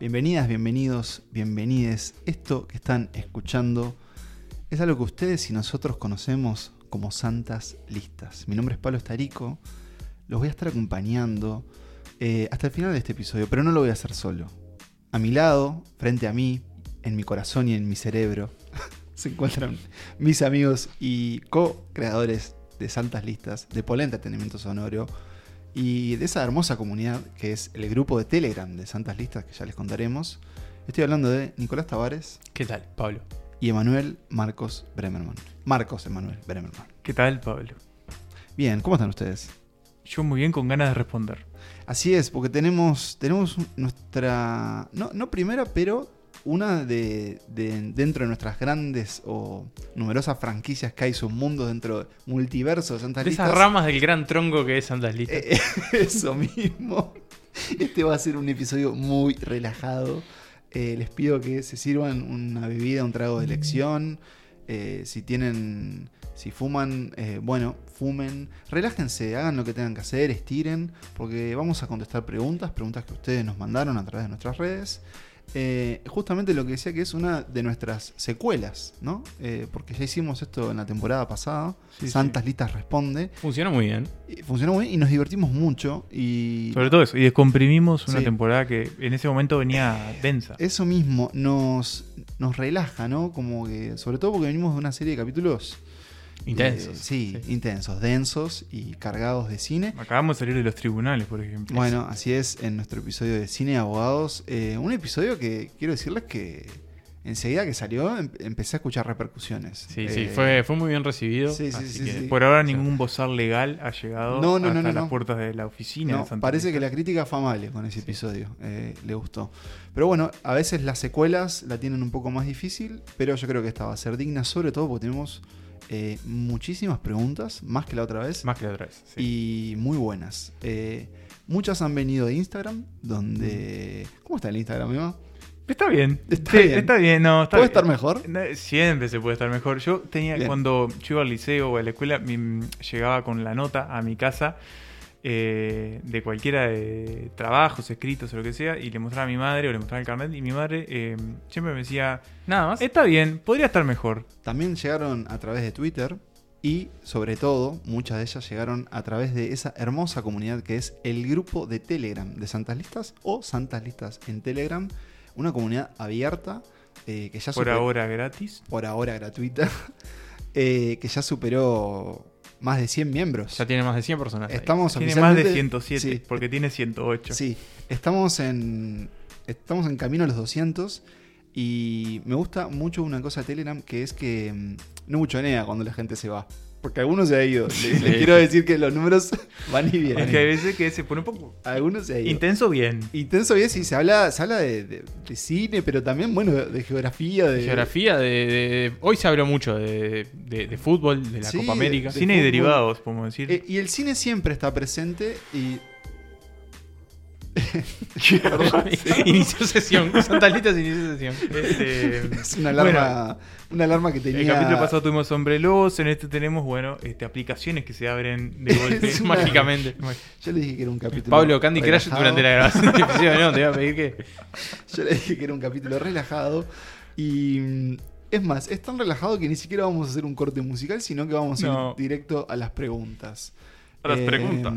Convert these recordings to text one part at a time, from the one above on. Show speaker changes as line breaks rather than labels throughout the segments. Bienvenidas, bienvenidos, bienvenides. Esto que están escuchando es algo que ustedes y nosotros conocemos como santas listas. Mi nombre es Pablo Estarico, los voy a estar acompañando eh, hasta el final de este episodio, pero no lo voy a hacer solo. A mi lado, frente a mí, en mi corazón y en mi cerebro, se encuentran mis amigos y co-creadores de santas listas, de Polenta Entretenimiento Sonoro y de esa hermosa comunidad que es el grupo de Telegram de Santas Listas, que ya les contaremos. Estoy hablando de Nicolás Tavares
¿Qué tal, Pablo?
y Emanuel Marcos Bremerman. Marcos Emanuel Bremerman.
¿Qué tal, Pablo?
Bien, ¿cómo están ustedes?
Yo muy bien con ganas de responder.
Así es, porque tenemos, tenemos nuestra, no, no primera, pero una de, de- dentro de nuestras grandes o numerosas franquicias que hay, sus mundos dentro del multiverso de Santas
De esas
Listas.
ramas del gran tronco que es Santas Listas.
Eh, Eso mismo. Este va a ser un episodio muy relajado. Eh, les pido que se sirvan una bebida, un trago de elección. Eh, si tienen, si fuman, eh, bueno, fumen. Relájense, hagan lo que tengan que hacer, estiren, porque vamos a contestar preguntas, preguntas que ustedes nos mandaron a través de nuestras redes. Eh, justamente lo que decía que es una de nuestras secuelas, ¿no? Eh, porque ya hicimos esto en la temporada pasada.
Sí, sí.
Santas Listas Responde.
Funciona muy bien.
Y Funcionó muy bien y nos divertimos mucho. Y
Sobre todo eso. Y descomprimimos una
Sí. Eh,
temporada que en ese momento venía densa.
eso mismo nos, nos relaja, ¿no? Como que, sobre todo porque venimos de una serie de capítulos eh,
Intensos.
sí, intensos, densos y cargados de cine.
Acabamos de salir de los tribunales, por ejemplo.
Bueno, así es en nuestro episodio de Cine y Abogados. Eh, un episodio que quiero decirles que enseguida que salió em- empecé a escuchar repercusiones.
Sí, sí,
Eh,
fue, fue muy bien recibido.
sí, sí,
así
sí,
que-
sí.
Por ahora
o sea,
ningún bozal legal ha llegado
No, no, no,
hasta
no,
las
no.
puertas de la oficina
No,
de Santas
parece que
Listas.
la crítica fue amable con ese episodio, eh, le gustó. Pero bueno, a veces las secuelas la tienen un poco más difícil, pero yo creo que esta va a ser digna, sobre todo porque tenemos eh, muchísimas preguntas, más que la otra vez,
Más que la otra vez. sí.
y muy buenas. Eh, muchas han venido de Instagram, donde... ¿Cómo está el Instagram, Emma?
Está bien.
Está
Sí,
bien.
Está bien, no, está
¿Puede
bien.
estar mejor?
No, Siempre se puede estar mejor. Yo tenía,
Bien.
cuando yo iba al liceo o a la escuela, mi- mm, llegaba con la nota a mi casa eh, de cualquiera de trabajos, escritos o lo que sea, y le mostraba a mi madre o le mostraba el carnet, y mi madre eh, siempre me decía,
Nada más.
está bien, podría estar mejor.
También llegaron a través de Twitter y sobre todo muchas de ellas llegaron a través de esa hermosa comunidad que es el grupo de Telegram de Santas Listas o Santas Listas en Telegram, una comunidad abierta eh, que ya
Por
superó-
ahora gratis.
por ahora gratuita, eh, que ya superó más de 100 miembros.
Ya tiene más de 100 personas. ahí.
Estamos
Tiene más de
oficialmente-
107,
Sí.
porque tiene 108.
Sí, estamos en, estamos en camino a los 200 y me gusta mucho una cosa de Telegram que es que mm, no buchonea cuando la gente se va. Porque algunos se ha ido. Le- Les, quiero decir que los números van y
Es
vienen.
que hay veces que se pone un poco
Algunos se ha ido.
intenso bien.
Intenso bien, sí, se habla, se habla de, de- de cine, pero también, bueno, de, de geografía, de...
Geografía de, de- Hoy se habló mucho de, de- de fútbol, de la
Sí,
Copa América.
de-
Cine y
fútbol.
derivados, podemos decir.
Eh, y el cine siempre está presente y...
inició sesión. Santas Listas inició sesión.
Este,
Es una alarma, una alarma que tenía...
El capítulo pasado tuvimos Hombre Lobos, en este tenemos, bueno, este, aplicaciones que se abren de golpe.
Es una-
Mágicamente.
Yo le dije que era un capítulo...
Pablo, Candy Crush
relajado.
durante la grabación del episodio. No, te iba a pedir que.
Yo le dije que era un capítulo relajado. Y mm, es más, es tan relajado que ni siquiera vamos a hacer un corte musical, sino que vamos a
No.
ir directo a las preguntas.
A las
Eh,
preguntas.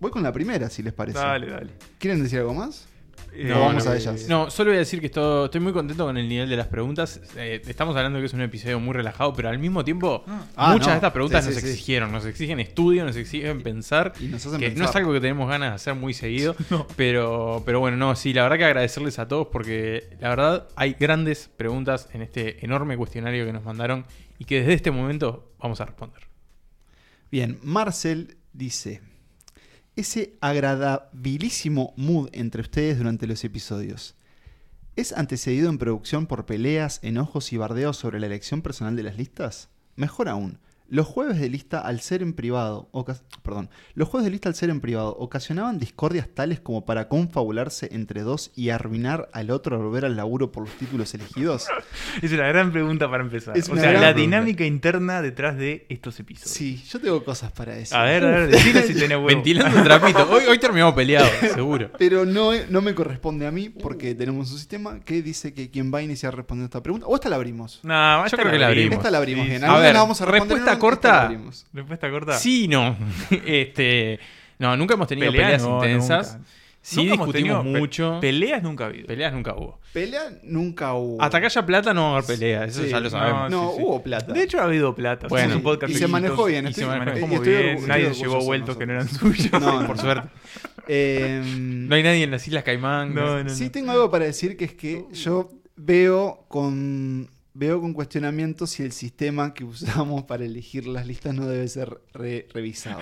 Voy con la primera, si les parece.
Dale, dale.
¿Quieren decir algo más?
Eh,
No, vamos a ellas.
No, solo voy a decir que esto- estoy muy contento con el nivel de las preguntas. Eh, estamos hablando que es un episodio muy relajado, pero al mismo tiempo
Ah,
muchas
no.
de estas preguntas
Sí, sí,
nos
sí.
exigieron, nos exigen estudio, nos exigen pensar.
Y nos hacen
que no
pensar.
es algo que tenemos ganas de hacer muy seguido, pero, pero bueno, no, sí, la verdad que agradecerles a todos porque la verdad hay grandes preguntas en este enorme cuestionario que nos mandaron y que desde este momento vamos a responder.
Bien, Marcel dice: Ese agradabilísimo mood entre ustedes durante los episodios. ¿Es antecedido en producción por peleas, enojos y bardeos sobre la elección personal de las listas? Mejor aún, Los jueves de lista al ser en privado, ocas- perdón, los jueves de lista al ser en privado ocasionaban discordias tales como para confabularse entre dos y arruinar al otro al volver al laburo por los títulos elegidos.
Es una gran pregunta para empezar.
Es
o
una
sea,
gran
la
pregunta.
dinámica interna detrás de estos episodios.
Sí, yo tengo cosas para decir.
A ver, a ver, decime si tenés huevo.
Ventilando el trapito. Hoy, hoy terminamos peleados, seguro.
Pero no, no me corresponde a mí porque tenemos un sistema que dice que quien va a iniciar respondiendo esta pregunta. O esta la abrimos.
No, esta
creo que la abrimos.
Esta la abrimos
Sí,
bien.
sí.
Alguna
ver,
la vamos a responder,
respuesta
no, esta
corta.
la abrimos.
Respuesta corta.
Sí, no. Este, no, nunca hemos tenido
Pelea,
peleas
no,
intensas.
nunca.
Sí
Nunca hemos
discutimos
tenido pe-
mucho.
Peleas nunca ha habido.
peleas nunca hubo.
Pelea nunca hubo.
Hasta que haya plata no va a haber pelea, eso
Sí,
ya lo sabemos.
No,
Sí, sí.
hubo plata.
De hecho, ha habido plata.
Bueno,
Somos un podcast
y se
chiquito.
manejó bien,
Y
estoy-
se manejó
y
muy
estoy orgu-
bien.
estoy
Nadie
orgulloso
llevó
de
vueltos que no eran
nosotros.
suyos.
No, no.
Por suerte.
Eh,
No hay nadie en las Islas Caimán.
No, no, no.
sí tengo algo para decir que es que yo veo con veo con cuestionamiento si el sistema que usamos para elegir las listas no debe ser re- revisado.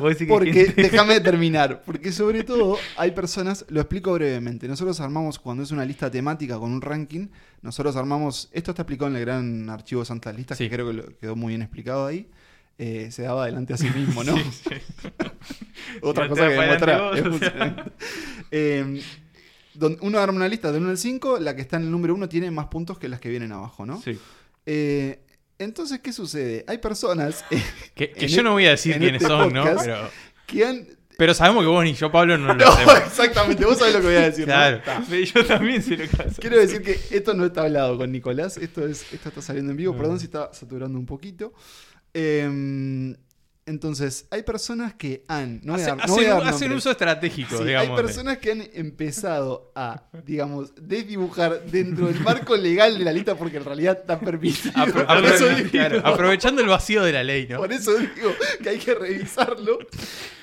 Vos decís que
Porque,
¿Este gente-
déjame terminar, porque sobre todo hay personas, lo explico brevemente, nosotros armamos cuando es una lista temática con un ranking, nosotros armamos, esto está explicado en el gran archivo de Santas Listas,
Sí.
que creo que lo- quedó muy bien explicado ahí, eh, se daba adelante a sí mismo, ¿no? Otra
Ya te
cosa que
vas para
demuestra.
adelante vos,
es Eh, don- uno arma una lista del 1 al 5, la que está en el número 1 tiene más puntos que las que vienen abajo, ¿no?
Sí.
Eh, entonces, ¿qué sucede? Hay personas eh,
Que, que
En
yo no voy a decir
en
quiénes
este
son, ¿no?
podcast-
Pero,
que han...
pero sabemos que vos ni yo, Pablo, no lo
No,
hacemos.
exactamente, vos sabés lo que voy a decir. ¿no?
Claro.
Está.
Yo también sé lo que pasa.
Quiero decir que esto no está hablado con Nicolás, esto, es, esto está saliendo en vivo,
Mm.
perdón si está saturando un poquito. Eh, entonces, hay personas que han... No voy a
Hacen,
dar- no voy a
hacen-
dar
hacen
nombres.
uso estratégico,
Sí,
digamos.
Hay personas que han empezado a, digamos, desdibujar dentro del marco legal de la lista porque en realidad está permitido.
Apro-
por, eso
apro-
digo,
claro, aprovechando el vacío de la ley, ¿no?
por eso digo que hay que revisarlo,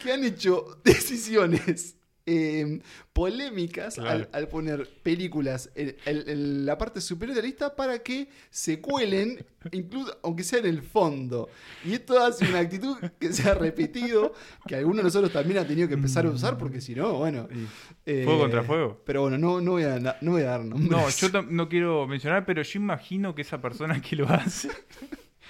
que han hecho decisiones eh, polémicas al-
Claro.
al, poner películas en, en- en la parte superior de la lista para que se cuelen, incluso aunque sea en el fondo. Y esto hace una actitud que se ha repetido, que alguno de nosotros también ha tenido que empezar a usar porque si no, bueno... Eh,
Fuego contra fuego.
Pero bueno, no, no, voy, a, na- no voy a dar nombres.
No, yo tam- no quiero mencionar, pero yo imagino que esa persona que lo hace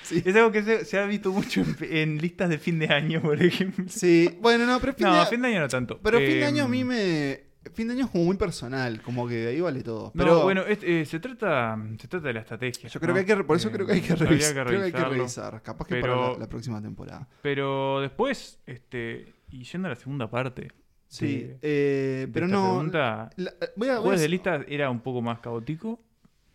Sí.
es algo que se, se ha visto mucho en, en listas de fin de año, por ejemplo.
Sí, bueno, no, pero fin
no,
de,
fin de año no tanto.
pero fin de
Eh,
año a mí me... Fin de año es como muy personal, como que ahí vale todo.
No,
Pero
bueno, es- eh, se, trata, se trata de la estrategia.
yo creo
¿no?
que hay que... re- Por eso
Eh,
creo que hay que,
habría
revisar, creo que hay que
revisarlo.
revisar. Capaz que para
Pero-
la, la próxima temporada.
Pero después, este, y yendo a la segunda parte.
Sí,
de-
eh,
de
pero
esta
no...
Pregunta,
la- eh, voy a... voy a-
Juegos de listas era un poco más caótico.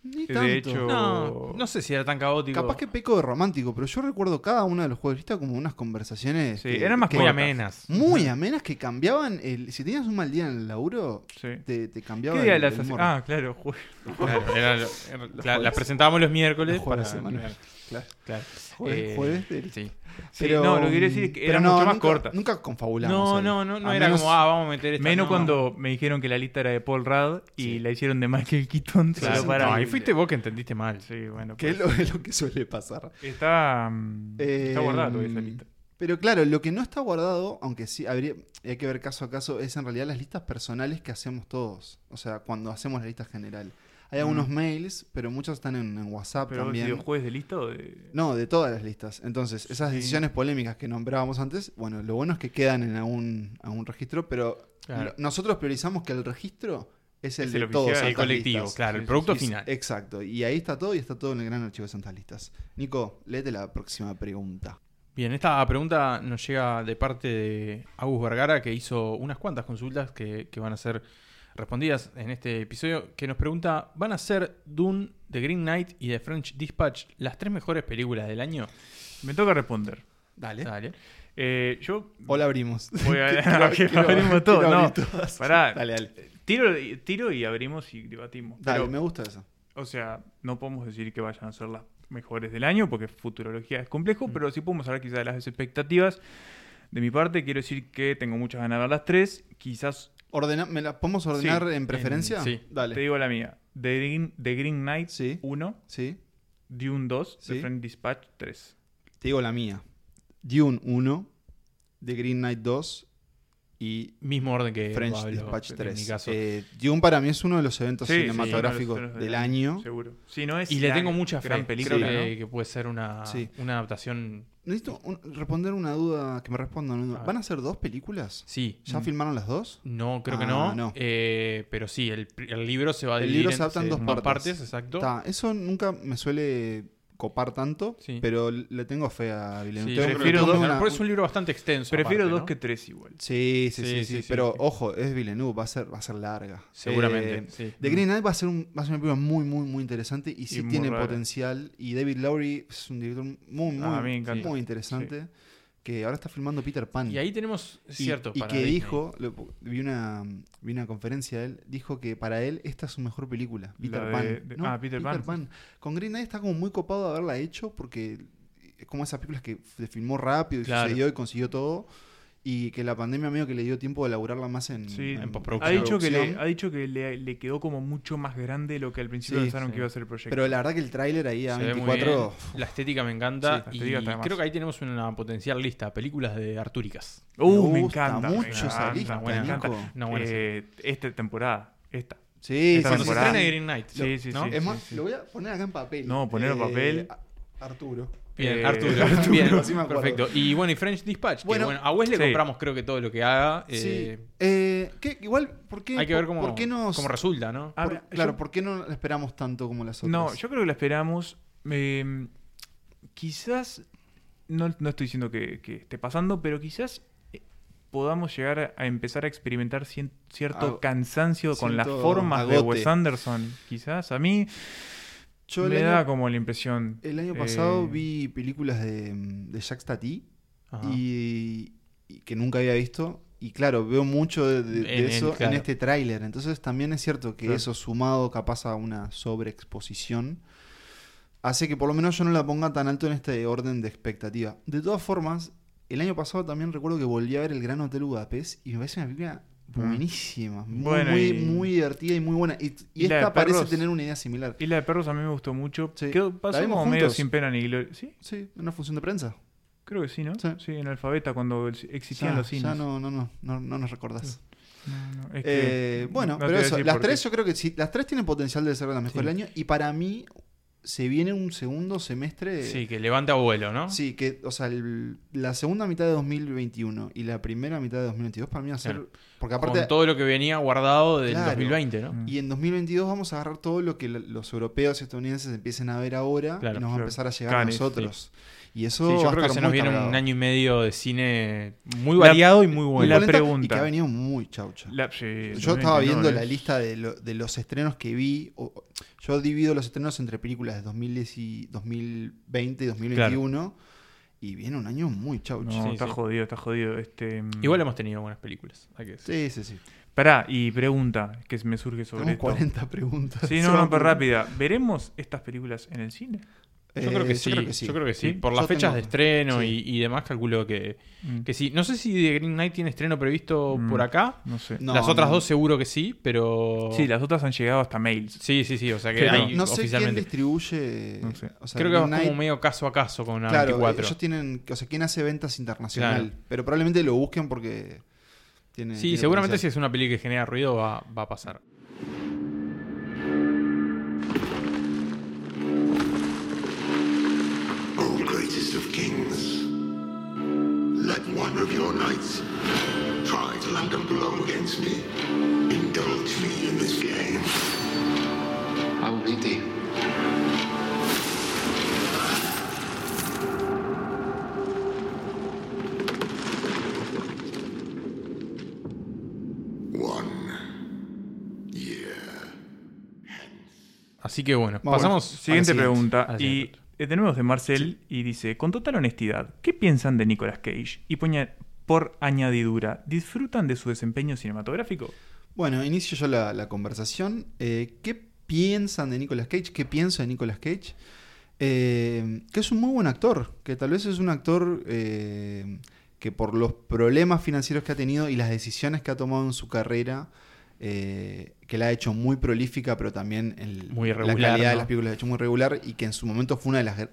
Ni
de
tanto.
hecho-
No, no sé si era tan caótico.
Capaz que peco de romántico, pero yo recuerdo cada uno de los juegos de lista como unas conversaciones...
Sí,
que-
eran más
que-
muy
cortas.
amenas.
Muy amenas que cambiaban... El, si tenías un mal día en el laburo,
Sí.
te, te cambiaba
¿Qué día
el-
las
el
hace-
humor.
Ah, claro, jue-
Claro, era lo- era- la-
jueves.
las presentábamos los miércoles.
Los jueves
para-
de semana.
claro,
Claro.
claro.
Jueves-
Eh,
Pues, jueves de-
sí.
Sí, no, lo que quiero decir es que
pero
eran
no,
mucho más
nunca-
cortas.
Nunca confabulamos.
No,
ahí.
no, no, no
A
era
menos-
como, ah, vamos a meter esta.
Menos
no.
cuando me dijeron que la lista era de Paul Rudd y
Sí.
la hicieron de Michael Keaton.
Eso
solo
es
Claro,
para-
no, ahí fuiste vos que entendiste mal.
Sí, bueno.
Que es
pues,
lo, es lo que suele pasar.
Está, mm, está
Eh,
guardada todavía esa lista.
Pero claro, lo que no está guardado, aunque sí habría, hay que ver caso a caso, es en realidad las listas personales que hacemos todos. O sea, cuando hacemos la lista general. Hay
Mm.
algunos mails, pero muchos están en, en WhatsApp
Pero
también.
si jueves de lista o de.
No, de todas las listas. Entonces, esas
Sí.
decisiones polémicas que nombrábamos antes, bueno, lo bueno es que quedan en algún, algún registro, pero
Claro.
lo- nosotros priorizamos que el registro es el
Es
de
el
todos.
oficial,
altas
El colectivo,
listas.
claro,
Sí,
el producto
Y-
final.
Exacto. Y ahí está todo y está todo en el gran archivo de Santas Listas. Nico, léete la próxima pregunta.
Bien, esta pregunta nos llega de parte de Agus Vergara, que hizo unas cuantas consultas que, que van a ser respondidas en este episodio, que nos pregunta, ¿van a ser Dune, The Green Knight y The French Dispatch las tres mejores películas del año?
Me toca responder.
Dale.
Dale.
Eh, yo
O la abrimos.
voy a.
Quiero-
que
quiero-
abrimos todo.
quiero
No,
abrir todas.
pará.
Dale, dale.
eh, Tiro, tiro y abrimos y debatimos.
Dale,
Pero,
me gusta eso.
O sea, no podemos decir que vayan a ser las mejores del año porque futurología es complejo,
Mm.
pero sí podemos hablar quizás de las expectativas. De mi parte, quiero decir que tengo muchas ganas de ver las tres. Quizás
Ordena, ¿Me la podemos ordenar en preferencia?
en- sí.
Dale.
te digo la mía: The Green, The Green Knight
Sí.
1,
Sí.
Dune 2,
Sí.
The Friend Dispatch 3.
Te digo la mía. Dune 1, The Green Knight 2 y
Mismo orden que
French
Eh, Pablo,
Dispatch
en
3.
mi caso.
Eh, Dune para mí es uno de los eventos
Sí, sí,
cinematográficos
uno de los-
del año.
Seguro. Si no es
y le
la
tengo mucha fe.
gran película,
Creo que,
¿no?
que puede ser una,
Sí.
una adaptación
necesito un- responder una duda que me respondan. una duda.
A ver. Mm.
¿Van a ser dos películas?
Sí.
¿Ya filmaron las dos?
No, creo que
Ah,
no.
no.
Eh, pero sí, el, pri- el libro se va a
El
dividir
libro se adapta en dos partes.
exacto.
Ta, eso nunca me suele copar tanto,
Sí.
pero le tengo fe a Villeneuve.
Sí,
Tengo-
prefiero
tengo
dos,
una-
porque es un libro bastante extenso.
Prefiero
aparte,
dos
¿no?
que tres igual.
Sí, sí, sí,
Sí,
sí,
sí, sí,
Pero
sí.
ojo, es Villeneuve, va a ser, va a ser larga.
Seguramente.
Eh,
sí.
The Green Knight va a ser, un- va a ser una película muy, muy, muy interesante y sí
muy
tiene
rara.
potencial. Y David Lowry es un director muy, muy,
Ah, a mí me encanta.
muy interesante. Que ahora está filmando Peter Pan.
Y ahí tenemos
Y-
cierto.
y
para
que
Disney.
dijo, lo- vi, una, vi una conferencia de él, dijo que para él esta es su mejor película, Peter
de-
Pan.
de- ah, Peter Pan.
Con Green Knight está como muy copado de haberla hecho porque es como esas películas que se filmó rápido y
Claro.
sucedió y consiguió todo. Y que la pandemia medio que le dio tiempo de laburarla más en,
Sí.
en
Ha
postproducción.
dicho que, le, ha dicho que le, le quedó como mucho más grande de lo que al principio
Sí,
pensaron
sí.
que iba a ser el proyecto.
Pero la verdad que el tráiler ahí a
Se ve muy
24...
bien. La estética me encanta.
Sí, la
y
estética está de más.
creo que ahí tenemos una potencial lista. Películas de Artúricas.
Uh,
me
me,
gusta
encanta.
mucho
me
esa
encanta,
lista,
me encanta.
Nico.
No, bueno,
Eh, Esta temporada. Esta.
Sí, sí, sí,
Cuando
Esta
se
temporada.
estrene
sí.
Green Knight.
Lo-
Sí, sí,
¿no?
sí.
Es más, lo voy a poner acá en papel. Eh,
No, ponerlo en papel.
a- Arturo.
Bien,
Eh,
Arturo.
Arturo,
Bien,
sí me acuerdo.
perfecto. Y bueno, y French Dispatch. que,
Bueno,
Bueno, a Wes le
sí.
compramos creo que todo lo que haga. eh,
sí. Eh, ¿qué? Igual, ¿por qué,
Hay que ver cómo,
por qué nos-
cómo resulta, ¿no?
Ah,
por-
mira,
claro,
yo-
¿por qué no la esperamos tanto como las otras?
No, yo creo que la esperamos. Eh, quizás, no, no estoy diciendo que, que esté pasando, pero quizás eh, podamos llegar a, a empezar a experimentar cien- cierto
Ag-
cansancio con las
cierto
formas de
agote.
Wes Anderson. Quizás a mí
Yo el
me
año,
da como la impresión.
el año
eh,
pasado vi películas de, mm, de Jack Tati
Ajá.
y, y que nunca había visto. Y claro, veo mucho de, de- de
En el-
eso
claro.
en este tráiler. Entonces también es cierto que
Claro.
eso sumado capaz a una sobreexposición hace que por lo menos yo no la ponga tan alto en este orden de expectativa. De todas formas, el año pasado también recuerdo que volví a ver El Gran Hotel Budapest y me parece una película buenísima. Muy,
Bueno,
muy,
Mm. y-
muy divertida y muy buena. Y, y
¿Y la de
esta parece
perros?
tener una idea similar.
Y la de perros a mí me gustó mucho.
Sí.
Quedó-
¿La
pasó
vimos
como medio
juntos?
sin pena ni gloria. Sí,
Sí, una función de prensa.
creo que sí, ¿no?
Sí.
Sí, en alfabeta cuando el- existían
ya,
los cines.
ya no, no, no, no, no nos recordás.
No, no, es que
Eh, bueno,
no te
pero
voy a
eso,
decir
las
por qué.
tres yo creo que sí, las tres tienen potencial de ser las mejores
Sí.
del año y para mí se viene un segundo semestre
sí, que levanta vuelo, ¿no?
Sí, que, o sea, el- la segunda mitad de 2021 y la primera mitad de 2022 para mí va a ser.
Claro.
Porque aparte.
Con todo lo que venía guardado del
Claro. Mm.
2020, ¿no?
Y en 2022 vamos a agarrar todo lo que lo- los europeos y estadounidenses empiecen a ver ahora
Claro,
y nos va a
claro.
empezar a llegar
Cannes,
a nosotros. Y eso.
Sí,
va
yo
a
creo que
estar
se nos
muy
viene
cargado.
un año y medio de cine muy
La-
variado y muy
Muy
bueno.
la
polenta Y
pregunta.
que ha venido muy chaucha.
La- sí,
Yo estaba
2019,
viendo
¿eh?
la lista de, lo- de los estrenos que vi. o- o- yo divido los estrenos entre películas de 2010 y 2020 y 2021. Y viene un año muy
No,
chaucha.
Sí,
está
sí.
jodido, está jodido. Este, mm,
Igual hemos tenido buenas películas. hay que decir.
Sí, sí, sí.
Pará, y pregunta que me surge sobre
Tenemos
esto.
40 preguntas.
Sí,
Se
no,
va
no, pero
acumulando.
rápida. ¿Veremos estas películas en el cine?
Yo, creo
Eh,
que sí, yo creo que sí.
Sí,
Por
yo
las fechas
tengo-
de estreno
sí.
y, y demás, calculo que,
Mm,
que sí. No sé si The Green Knight tiene estreno previsto
Mm.
por acá.
No sé.
No,
las otras
no.
dos seguro que sí, pero...
Sí, las otras han llegado hasta mails.
sí, sí, sí, O sea que
Pero
hay
no sé quién
oficialmente...
distribuye.
No sé.
o sea,
Creo que
Green
va como
Knight-
medio caso a caso con la
Claro,
24.
ellos tienen. O sea, quién hace ventas internacional. Pero probablemente lo busquen porque. Tiene,
Sí,
tiene
seguramente si
potencial.
es una peli que genera ruido va, va a pasar.
O greatest of kings, let one of your knights try to land a blow against me. Indulge me in this game.
I will lead thee.
One year hence.
Así que bueno,
Vamos.
pasamos...
Siguiente
a la siguiente.
pregunta.
A la
Y
siguiente
eh, tenemos de Marcel y dice, con total honestidad, ¿qué piensan de Nicolas Cage? Y poña- por añadidura, ¿disfrutan de su desempeño cinematográfico?
Bueno, inicio yo la, la conversación. Eh, ¿Qué piensan de Nicolas Cage? ¿Qué pienso de Nicolas Cage? Eh, que es un muy buen actor, que tal vez es un actor eh, que por los problemas financieros que ha tenido y las decisiones que ha tomado en su carrera, eh, que la ha hecho muy prolífica, pero también el-
Muy
la
irregular,
calidad de
¿no?
las películas la ha hecho muy regular y que en su momento fue una de las gr-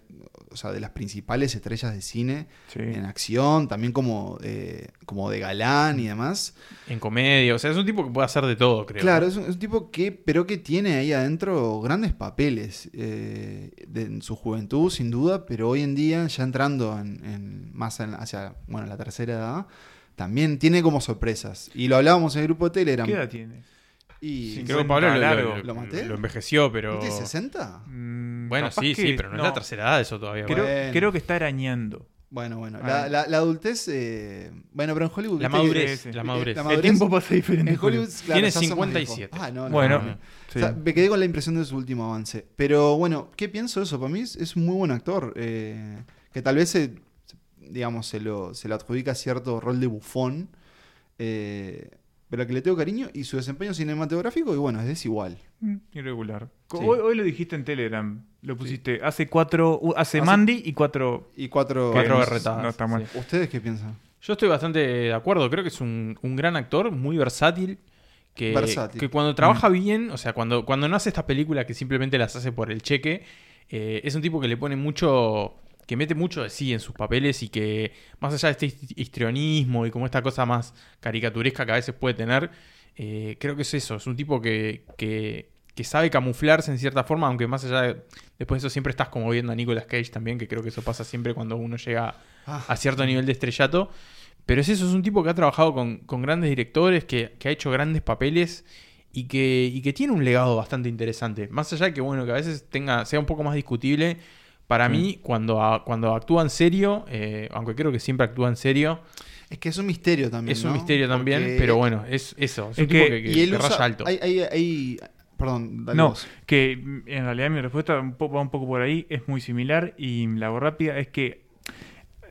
o sea, de las principales estrellas de cine
Sí.
en acción, también como, eh, como de galán y demás.
En comedia, o sea, es un tipo que puede hacer de todo, creo.
Claro, es un, es un tipo que, pero que tiene ahí adentro grandes papeles eh, de- en su juventud, sin duda, pero hoy en día, ya entrando en, en- más en- hacia bueno, la tercera edad, también tiene como sorpresas. Y lo hablábamos en el grupo de Telegram.
¿Qué edad tiene?
Y,
Sí,
Creo que Pablo lo, lo-
Largo.
lo-
¿Lo maté?
lo envejeció, pero.
¿No tiene 60?
Mm,
Bueno,
capaz
sí,
que-
sí, pero no, es la tercera edad eso todavía.
Creo,
bueno.
Bueno.
creo que está arañando.
Bueno, bueno.
Ah.
La, la- la adultez. eh, bueno, pero en Hollywood.
La
viste que- eh,
madurez,
sí, sí.
la madurez.
La
El
madurez-
tiempo pasa diferente.
En Hollywood, claro,
Tiene
ya somos
57.
viejos. Ah, no, no,
Bueno,
no, no.
sí.
O sea, me quedé con la impresión de su último avance. Pero bueno, ¿qué pienso de eso? Para mí es, es un muy buen actor. eh, que tal vez se, se- digamos, se lo, se lo adjudica cierto rol de bufón. eh, pero al que le tengo cariño y su desempeño cinematográfico, y bueno, es desigual.
Mm, Irregular. Co-
Sí.
Hoy, hoy lo dijiste en Telegram. Lo pusiste. Hace cuatro. u- Hace,
Hace-
Mandy y cuatro.
Y cuatro.
Cuatro
que
ganos.
no-
berretadas,
No está mal.
sí.
¿Ustedes qué piensan?
Yo estoy bastante de acuerdo. Creo que es un, un gran actor, muy versátil. Que,
Versátil.
que cuando trabaja bien, o sea, cuando, cuando no hace estas películas que simplemente las hace por el cheque, eh, es un tipo que le pone mucho. que mete mucho de sí en sus papeles y que, más allá de este hist- histrionismo y como esta cosa más caricaturesca que a veces puede tener, eh, creo que es eso. Es un tipo que, que, que sabe camuflarse en cierta forma, aunque más allá de. Después de eso siempre estás como viendo a Nicolas Cage también, que creo que eso pasa siempre cuando uno llega
Ah,
a cierto nivel de estrellato. Pero es eso, es un tipo que ha trabajado con, con grandes directores, que, que ha hecho grandes papeles y que, y que tiene un legado bastante interesante. Más allá de que, bueno, que a veces tenga, sea un poco más discutible, para mí, cuando, a- cuando actúa en serio, eh, aunque creo que siempre actúa en serio,
es que es un misterio también.
es un
¿no?
misterio también,
Porque-
pero bueno, es eso. Es,
Es
un tipo
que-
que, que-
y él
que
usa-
raya alto.
hay- hay- hay- perdón, dale
No,
vos.
que mm, en realidad mi respuesta un po- va un poco por ahí, es muy similar y la hago rápida, es que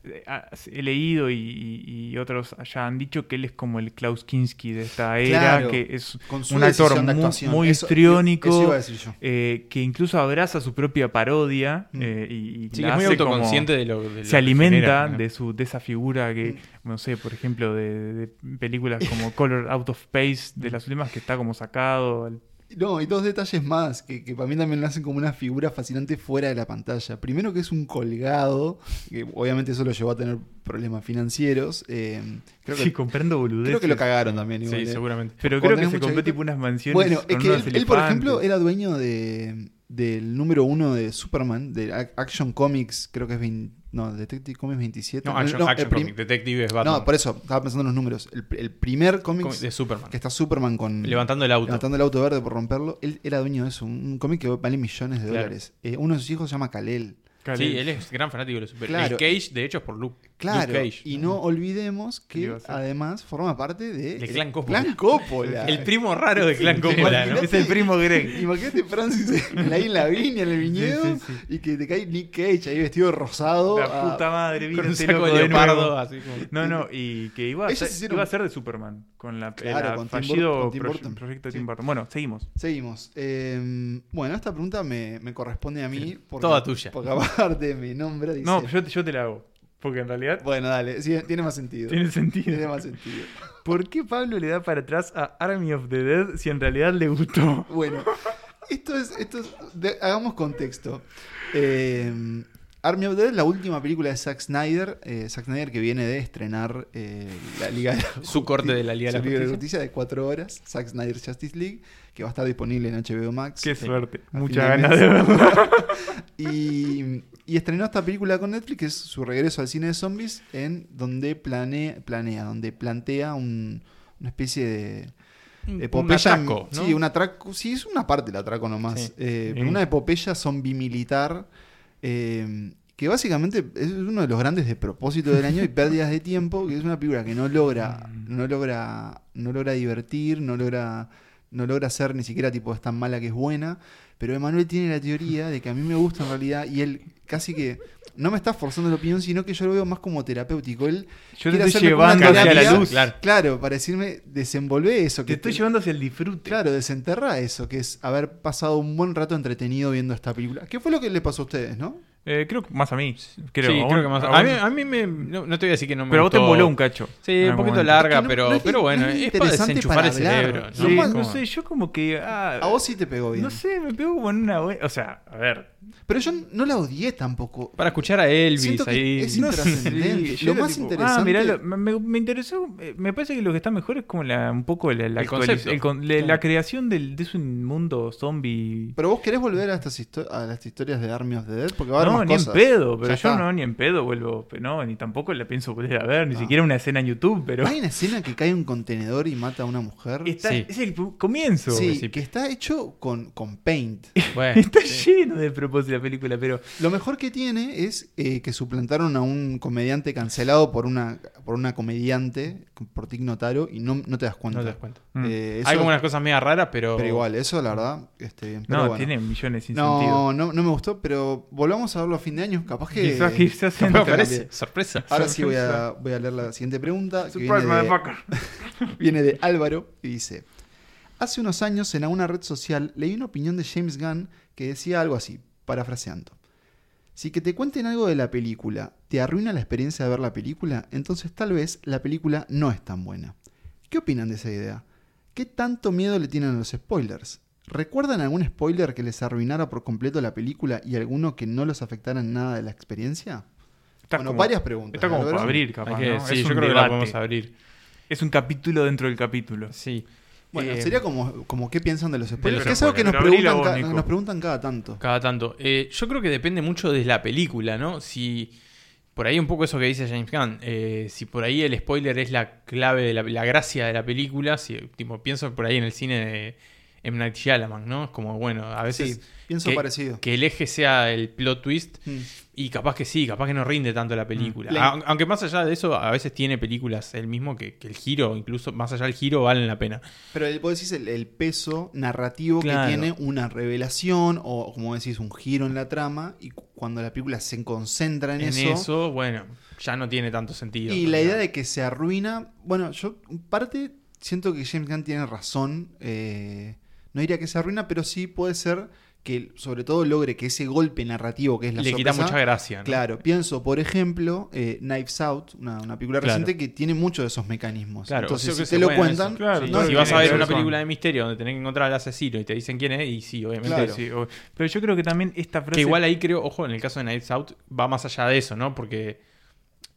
eh, ah, he leído y, y- y otros allá han dicho que él es como el Klaus Kinski de esta era,
Claro,
que es
Con su
un actor
decisión de
muy,
actuación.
muy
Eso-
histriónico,
Eso iba a decir yo.
eh, que incluso abraza su propia parodia
Mm.
eh, y, y
Sí, que
la
es muy
hace como-
autoconsciente de lo de lo
se
que genera,
alimenta
¿no?
de, su, de esa figura que, no sé, por ejemplo, de, de películas como Color Out of Space, de
Mm.
las últimas que está como sacado al
No, y dos detalles más que, que para mí también lo hacen como una figura fascinante fuera de la pantalla. Primero que es un colgado, que obviamente eso lo llevó a tener problemas financieros. eh, creo, que,
Sí, comprando boludeces.
creo que lo cagaron también. igual,
Sí,
eh.
seguramente.
Pero
Cuando
creo que
es
se
mucha
compró
guita-
tipo unas mansiones.
Bueno, es
con
que él,
unos
él, por ejemplo,
elefantes.
era dueño de, del número uno de Superman, de Ac- Action Comics, creo que es 20, no, Detective Comics 27.
No, Action,
no, el
Action
prim-
Comic, Detective es Batman.
no, por eso, estaba pensando en los números. El, el primer cómic
Comic de Superman.
que está Superman con...
Levantando el auto.
Levantando el auto verde por romperlo. Él era dueño de eso, un un cómic que vale millones de
Claro.
dólares. Eh, uno de sus hijos se llama Kalel.
Caleb.
Sí, él es gran fanático de los superhéroes.
Claro.
Cage, de hecho, es por Luke.
Claro.
Luke Cage.
y no olvidemos
¿Qué iba
que
a hacer?
además forma parte de.
De
el
Clan Coppola.
Clan Coppola.
El primo raro de Clan Coppola, ¿no?
Imagínate-
Es el primo Greg.
Imagínate Francis en- ahí en la viña, en el viñedo,
Sí, sí, sí.
y que te cae Nick Cage ahí vestido de rosado.
La
ah,
puta madre,
Con
vino
un
este
saco
loco
de
de
leopardo,
nuevo.
así como.
No, no, y que iba a,
Ellos
ser,
hicieron-
iba a ser de Superman con la,
Claro,
el
con Tim Burton-
fallido
con Tim
proye-
Burton.
proyecto de
Sí.
Tim Burton. Bueno, seguimos.
Seguimos. Eh, bueno, esta pregunta me, me corresponde a mí. Porque,
Toda tuya.
Porque aparte mi nombre dice.
No, yo, te- yo te la hago. Porque en realidad
Bueno, dale, sí, tiene más sentido.
tiene sentido.
Tiene más sentido.
¿Por qué Pablo le da para atrás a Army of the Dead si en realidad le gustó?
Bueno, esto es. Esto es- de- hagamos contexto. Eh, Army of the Dead es la última película de Zack Snyder. eh, Zack Snyder que viene de estrenar eh, la Liga de la
Su corte de la Liga
su
de la
Liga de la Justicia
Justicia.
de cuatro horas. Zack Snyder Justice League, que va a estar disponible en HBO Max. Eh,
Qué suerte.
A
Mucha
fin de
ganas
mes.
de verlo.
Y, y estrenó esta película con Netflix, que es su regreso al cine de zombies, en donde planea, planea donde plantea un- una especie de epopeya.
un atraco, ¿no?
Sí, un atraco. Sí, es una parte el atraco nomás.
Sí.
Eh,
Sí.
pero Una epopeya zombie militar. eh, que básicamente es uno de los grandes de propósito del año y pérdidas de tiempo, que es una película que no logra,
Mm.
no logra, no logra divertir, no logra, no logra ser ni siquiera tipo es tan mala que es buena. Pero Emanuel tiene la teoría de que a mí me gusta en realidad y él casi que no me está forzando la opinión, sino que yo lo veo más como terapéutico. Él,
Yo
Quiere
te estoy
hacerme como una
llevando hacia la
terapia.
luz.
Claro.
claro, para decirme, desenvolvé eso.
Te
Que
estoy llevando hacia el disfrute.
Claro, desenterra eso, que es haber pasado un buen rato entretenido viendo esta película. ¿Qué fue lo que le pasó a ustedes, no?
Eh, creo que más a mí. Creo,
sí,
a vos-
creo que más.
a
A,
vos-
mí, a mí me. No, no te voy a decir que no me.
Pero a vos te
gustó.
voló un Ah, cacho. en
Sí, un
algún
poquito
momento.
larga,
Es que no-
pero,
no es-
pero bueno,
no es
es para
interesante
desenchufar
para
el
hablar.
cerebro.
Sí,
Sí,
¿no?
no
Como-
sé, yo como que. ah,
A vos sí te pegó bien.
No sé, me pegó como en una. bue- O sea, a ver,
Pero yo no la odié tampoco.
Para escuchar a Elvis
Siento que
ahí.
es
No sé.
intrascendente.
Sí, yo
lo
era
más
tipo,
interesante.
Ah, mirá, lo- me, me interesó. eh, Me parece que lo que está mejor es como la, un poco la, la,
El
actualiz-
concepto.
el con- la- la
Claro.
creación del, de ese mundo zombie.
Pero vos querés volver a estas histo- a las historias de Army of the Dead porque va a haber
No,
más
ni
cosas.
en pedo, pero
Ya
yo
está.
no, ni en pedo vuelvo. pero No, ni tampoco la pienso volver a ver, ni
No.
siquiera una escena en YouTube, pero.
Hay una escena que cae un contenedor y mata a una mujer.
está-
Sí.
Es el pu- comienzo.
Sí,
principio.
que está hecho con, con paint.
Bueno,
Está lleno de propósito la película, pero
Lo mejor que tiene es eh, que suplantaron a un comediante cancelado por una, por una comediante, por Tig Notaro, y no, no te das cuenta.
no te das cuenta.
Mm.
Eh, eso-
Hay como unas cosas media raras,
Pero
pero.
igual, eso la verdad, este, bien. Pero
no,
bueno.
tiene millones sin sentido.
no, no, no me gustó, pero volvamos a verlo a fin de año. Capaz que.
Quizás, quizás
Capaz
Pero-
aparece. Sorpresa.
Ahora sí voy a, voy a leer la siguiente pregunta. que
Surprise,
viene de-
motherfucker.
Viene de Álvaro y dice: Hace unos años en alguna red social leí una opinión de James Gunn que decía algo así, parafraseando: Si que te cuenten algo de la película te arruina la experiencia de ver la película, entonces tal vez la película no es tan buena. ¿Qué opinan de esa idea? ¿Qué tanto miedo le tienen a los spoilers? ¿Recuerdan algún spoiler que les arruinara por completo la película y alguno que no los afectara en nada de la experiencia?
Está
bueno,
como-
varias preguntas.
Está como
Álvaro.
para abrir, capaz.
Hay que-
¿no?
sí,
es
yo
un
creo que la
debate.
podemos abrir.
Es un capítulo dentro del capítulo.
Sí.
Bueno,
Eh,
sería como, como qué piensan de los
de
spoilers.
los
que es algo que nos
spoilers. Pero abrila
preguntan,
vos,
ca-
Nico.
nos preguntan cada tanto.
Cada tanto. Eh, yo creo que depende mucho de la película, ¿no? Si. Por ahí un poco eso que dice James Gunn. eh, si por ahí el spoiler es la clave de la, la gracia de la película. Si, tipo, pienso por ahí en el cine de M. Night Shyamalan, ¿no? Es como, bueno, a veces.
Sí, pienso
que-
parecido.
Que el eje sea el plot twist.
Mm.
Y capaz que sí, capaz que no rinde tanto la película.
La-
Aun- Aunque más allá de eso, a veces tiene películas el mismo que, que el giro, incluso más allá del giro, valen la pena.
Pero el- vos decís el, el peso narrativo
Claro.
que tiene una revelación o, como decís, un giro en la trama. Y cu- cuando la película se concentra en,
En
eso,
eso, bueno, ya no tiene tanto sentido.
Y la idea de que se arruina. Bueno, yo en parte siento que James Gunn tiene razón. eh, no diría que se arruina, pero sí puede ser que, sobre todo, logre que ese golpe narrativo que es la
le quita
sorpresa,
mucha gracia. ¿no?
Claro, pienso, por ejemplo, eh, Knives Out, una, una película
Claro.
reciente que tiene muchos de esos mecanismos.
Claro,
Entonces,
yo
si
que sé,
te lo
bueno,
cuentan,
eso,
claro,
no
todo
es
lo
si
que
vas a
tiene
ver
que
una
razón.
película de misterio donde tenés que encontrar al asesino y te dicen quién es, y sí, obviamente.
Claro.
Sí, o- pero yo creo que también esta frase.
Que igual ahí creo, ojo, en el caso de Nights Out va más allá de eso, ¿no? Porque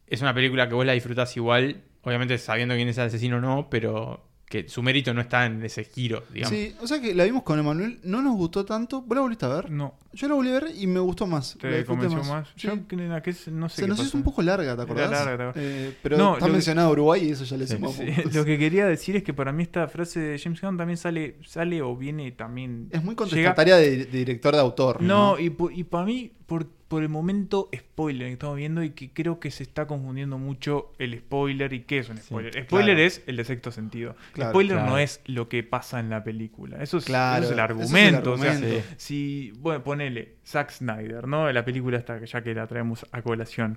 es una película que vos la disfrutás igual, obviamente sabiendo quién es el asesino o no, pero que su mérito no está en ese giro, digamos.
Sí, o sea que la vimos con Emanuel, no nos gustó tanto. ¿Vos la volviste a ver?
No,
Yo la volví a ver y me gustó más. la
te
disfruté
convenció más.
Sí.
Yo creo que es- no sé.
Se
qué
nos
pasa.
hizo un poco larga, ¿te
Era
acordás?
larga, ¿te acordás?
Eh, pero
No,
está
lo que-
mencionado Uruguay y eso ya le sumamos
Sí,
puntos.
Lo que quería decir es que para mí esta frase de James Gunn también sale, sale o viene también.
Es muy
llega-
contestataria de, de director de autor. No,
No, y, po- y para mí, por, por el momento, spoiler que estamos viendo y que creo que se está confundiendo mucho el spoiler y qué es un spoiler. spoiler
claro.
es el de sexto sentido.
Claro,
spoiler
claro.
no es lo que pasa en la película. Eso es,
Claro,
eso es el
eso es el
argumento. o sea,
argumento.
si, bueno, ponele Zack Snyder, ¿no? La película está, ya que la traemos a colación.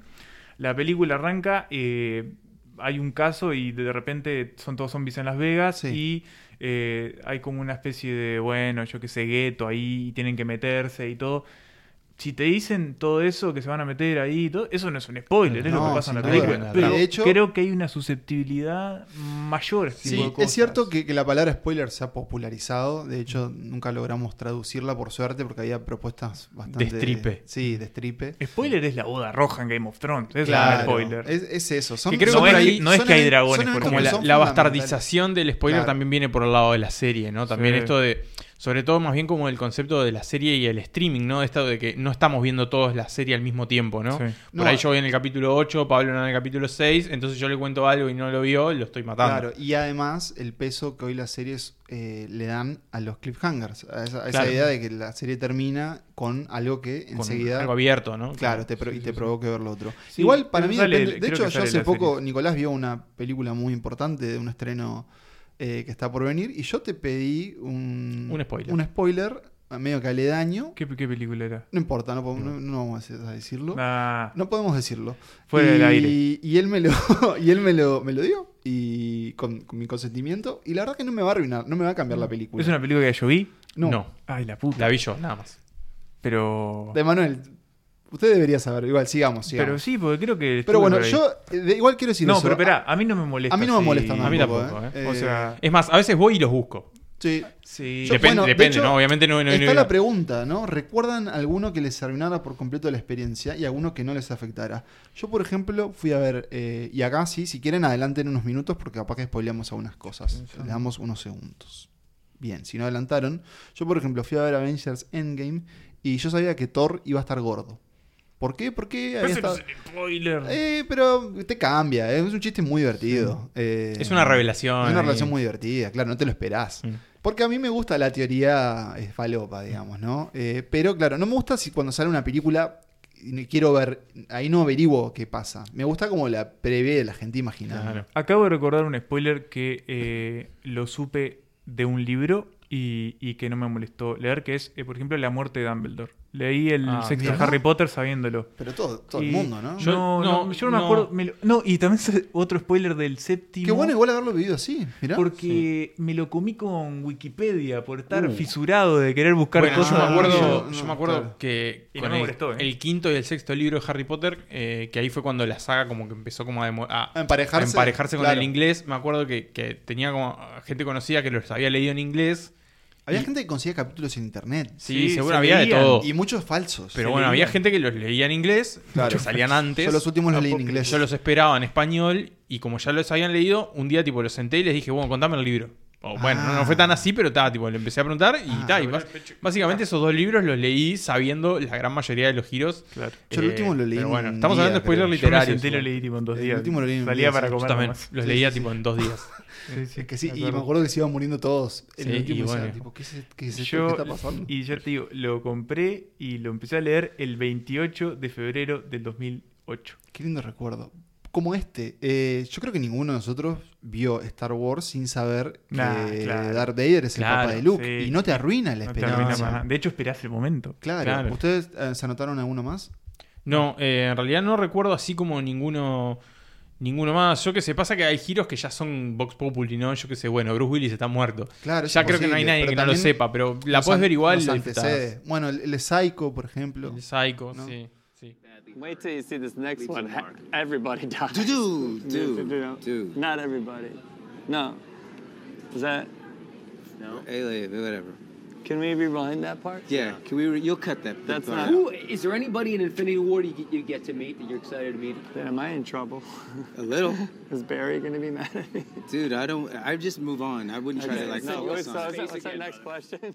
La película arranca, eh, hay un caso y de repente son todos zombies en Las Vegas
Sí.
y eh, hay como una especie de, bueno, yo qué sé, gueto ahí y tienen que meterse y todo. Si te dicen todo eso, que se van a meter ahí y todo, eso no es un spoiler, es lo que
No,
pasa en la
sin duda.
película.
Y
Pero
de hecho-
creo que hay una susceptibilidad mayor. a este tipo de
Sí, es
cosas.
cierto que, que la palabra spoiler se ha popularizado. De hecho, nunca logramos traducirla por suerte porque había propuestas bastante.
Destripe.
Sí, de stripe.
Spoiler es la boda roja en Game of Thrones, es un
Claro,
spoiler.
Es, es eso. Son,
Que creo que
son
por
evi-
ahí-
no es
son
que hay
evi-
dragones,
son
por
eventos
Como
que
la,
son
la
fundamentales.
bastardización del spoiler
Claro.
también viene por el lado de la serie, ¿no? También
Sí.
esto de, sobre todo más bien como el concepto de la serie y el streaming, ¿no? Esto de que no estamos viendo todos la serie al mismo tiempo, ¿no?
Sí.
Por
No, eh,
ahí yo voy en el capítulo 8, Pablo no en el capítulo 6, entonces yo le cuento algo y no lo vio, lo estoy matando.
Claro, y además el peso que hoy las series eh, le dan a los cliffhangers. A esa, a esa
Claro.
idea de que la serie termina con algo que
Con
enseguida.
algo abierto, ¿no?
Claro, te pro-
Sí,
y
sí,
te
sí.
provoca ver lo otro.
Sí,
Igual para
eso
mí
sale-
depende. De
creo
hecho,
que
yo
sale
hace
la
poco
serie.
Nicolás vio una película muy importante de un estreno eh, que está por venir y yo te pedí un,
Un spoiler.
Un spoiler a medio que aledaño.
¿Qué, qué película era?
No importa, no, podemos- no- no vamos a a decirlo.
Ah,
No podemos decirlo.
Fuera
y,
del aire.
Y él me lo, y él me lo, me lo dio. Y con, con mi consentimiento. Y la verdad que no me va a arruinar, no me va a cambiar la película.
¿Es una película que yo vi?
No.
No,
Ay, la puta.
la vi yo, nada más.
Pero.
De Manuel, usted debería saber. Igual, sigamos, sigamos.
Pero
Pero,
sí, porque creo que. estuve
bueno,
por ahí.
yo eh, de- igual quiero decir
No,
eso. Ah,
pero espera, a mí no me molesta.
a mí no me
si-
molesta
A mí
tampoco,
tampoco,
¿eh?
O
Eh,
sea,
Es más, a veces voy y los busco.
Sí.
Sí.
Yo-
Depende,
bueno, de
depende,
hecho,
¿no? Obviamente no. no- no-
Está
no-
la pregunta, ¿no? ¿Recuerdan alguno que les arruinara por completo la experiencia y alguno que no les afectara? Yo, por ejemplo, fui a ver, eh, y acá sí, si quieren, adelanten unos minutos porque capaz que spoileamos algunas cosas. Les damos unos segundos. Bien, si no adelantaron. Yo, por ejemplo, fui a ver Avengers Endgame y yo sabía que Thor iba a estar gordo. ¿Por qué? Porque había
Pero eso
estado...
es un spoiler.
Eh, pero te cambia, eh, es un chiste muy divertido. Eh,
Es una revelación.
es una
ahí.
relación muy divertida, claro, no te lo esperás.
Mm.
Porque a mí me gusta la teoría eh, falopa, digamos, ¿no? Eh, pero claro, no me gusta si cuando sale una película y quiero ver, ahí no averiguo qué pasa. Me gusta como la prevé la gente imaginada.
Claro.
Acabo de recordar un spoiler que eh, lo supe de un libro y, y que no me molestó leer, que es, eh, por ejemplo, La muerte de Dumbledore. Leí el
Ah,
sexto
mira.
Harry Potter sabiéndolo.
Pero todo, todo
Y
el mundo, ¿no?
Yo no,
No,
no, yo no me
no.
acuerdo. me lo- no, y también se- otro spoiler del séptimo.
Qué bueno igual ¿eh? haberlo vivido así, mirá.
Porque me lo comí con Wikipedia por estar fisurado de querer buscar
Bueno,
cosas.
yo me acuerdo,
no, no,
yo me acuerdo
Uh. claro.
que
Y no
con
me
el,
molestó, ¿eh?
el quinto y el sexto libro de Harry Potter, eh, que ahí fue cuando la saga como que empezó como a, demo- a-
A emparejarse,
a emparejarse con
claro.
el inglés. Me acuerdo que, que tenía como gente conocida que los había leído en inglés.
Había
Y-
gente que conseguía capítulos en internet.
Sí,
Sí,
seguro
se
había
leían.
de todo.
Y muchos falsos.
pero
se
bueno, había
leían.
gente que los leía en inglés,
Claro.
que salían antes.
Yo los últimos los leí en
Porque
inglés.
Yo los esperaba en español y como ya los habían leído, un día tipo los senté y les dije, bueno, contame el libro. O, bueno, no, no fue tan así, pero estaba tipo, le empecé a preguntar y
Ah.
ta, y bas- básicamente esos dos libros los leí sabiendo la gran mayoría de los giros. Eh,
Claro.
Yo el último lo leí
Pero
en
bueno,
un
estamos
día,
hablando de spoiler
creo.
Yo me
literario.
senté y lo leí tipo en dos
El
días.
último lo leí en
Salía
un día,
para
sí.
comer.
también
nomás.
los
Sí,
leía
sí,
tipo
sí.
en dos días.
Sí, sí,
que sí,
me
y me
acuerdo.
acuerdo que se iban muriendo todos. El
Sí,
último
y
y decía,
bueno.
tipo, ¿qué, es, qué es esto?
Yo,
¿Qué está pasando?
y yo te digo, lo compré y lo empecé a leer el 28 de febrero del 2008.
Qué lindo recuerdo. Como este, eh, yo creo que ninguno de nosotros vio Star Wars sin saber
Nah,
que
claro.
Darth Vader es
Claro,
el papá de Luke.
sí.
Y no te arruina la
No te arruina
experiencia.
para nada. De hecho, esperás el momento.
claro.
Claro.
¿Ustedes eh, se anotaron alguno más?
No, eh, en realidad no recuerdo así como ninguno ninguno más. Yo que sé, pasa que hay giros que ya son Vox Populi, ¿no? Yo que sé, bueno, Bruce Willis está muerto.
Claro, es
ya creo que no hay
imposible,
nadie
pero
que no lo
también
sepa, pero la
Nos
puedes
an-
ver igual.
nos
y la disfrutás.
antecede. Bueno, el, el Psycho, por ejemplo.
El Psycho,
¿No?
sí. sí.
Wait till you see this next one. Everybody dies.
Do, do,
No,
do.
Not everybody. No. Is that?
Hey, whatever.
Can we rewind that part?
Yeah, can we? Re- you'll cut that.
That's
part
not-
out.
Who is there anybody in Infinity War you get, you get to meet that you're excited to meet?
Then am I in trouble?
a little,
Is Barry gonna be mad at me?
dude. I don't. I just move on. I wouldn't try to like.
no, what's,
focus on
what's,
it.
what's that next question?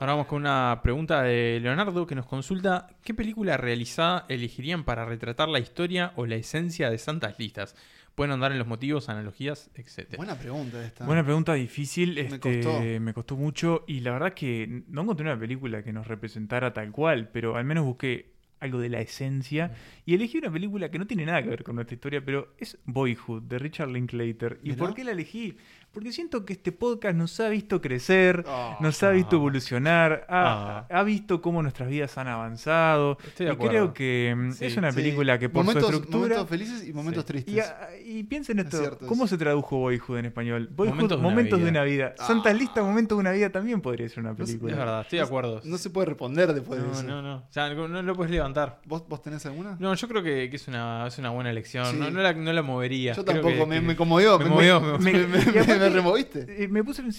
Ahora vamos con una pregunta de Leonardo que nos consulta ¿qué película realizada elegirían para retratar la historia o la esencia de santas listas? Pueden andar en los motivos, analogías, etc.
Buena pregunta esta.
Buena pregunta, difícil. Este, me, costó.
costó.
mucho. Y la verdad que no encontré una película que nos representara tal cual, pero al menos busqué algo de la esencia. Y elegí una película que no tiene nada que ver con nuestra historia, pero es Boyhood, de Richard Linklater. ¿Y
Mirá.
por qué la elegí? Porque siento que este podcast nos ha visto crecer,
Ah.
nos ha visto evolucionar, ha,
Ah.
ha visto cómo nuestras vidas han avanzado.
Estoy de
y
acuerdo.
creo que mm,
Sí,
es una
Sí.
película que por
momentos,
su estructura...
Momentos felices y momentos tristes.
Y, a- y piensen
Es Ah.
esto,
cierto
¿cómo
eso.
se tradujo Boyhood en español? Boyhood, momentos,
Momentos
de,
de una
una
vida.
vida. Santas listas, momentos de una vida también podría ser una
sé,
película.
Es verdad, estoy de acuerdo.
No se puede responder después de
no,
eso.
no, no. O sea, no no lo puedes levantar.
¿Vos, ¿Vos tenés alguna?
No, yo creo que, que es, una, es una buena elección.
Sí.
No, no la, no la movería.
Yo
Creo
tampoco,
que-
me,
que-
me conmovió.
me
me-
movió,
me-
me
movió.
me-
Y aparte-
me removiste.
Eh, me puse en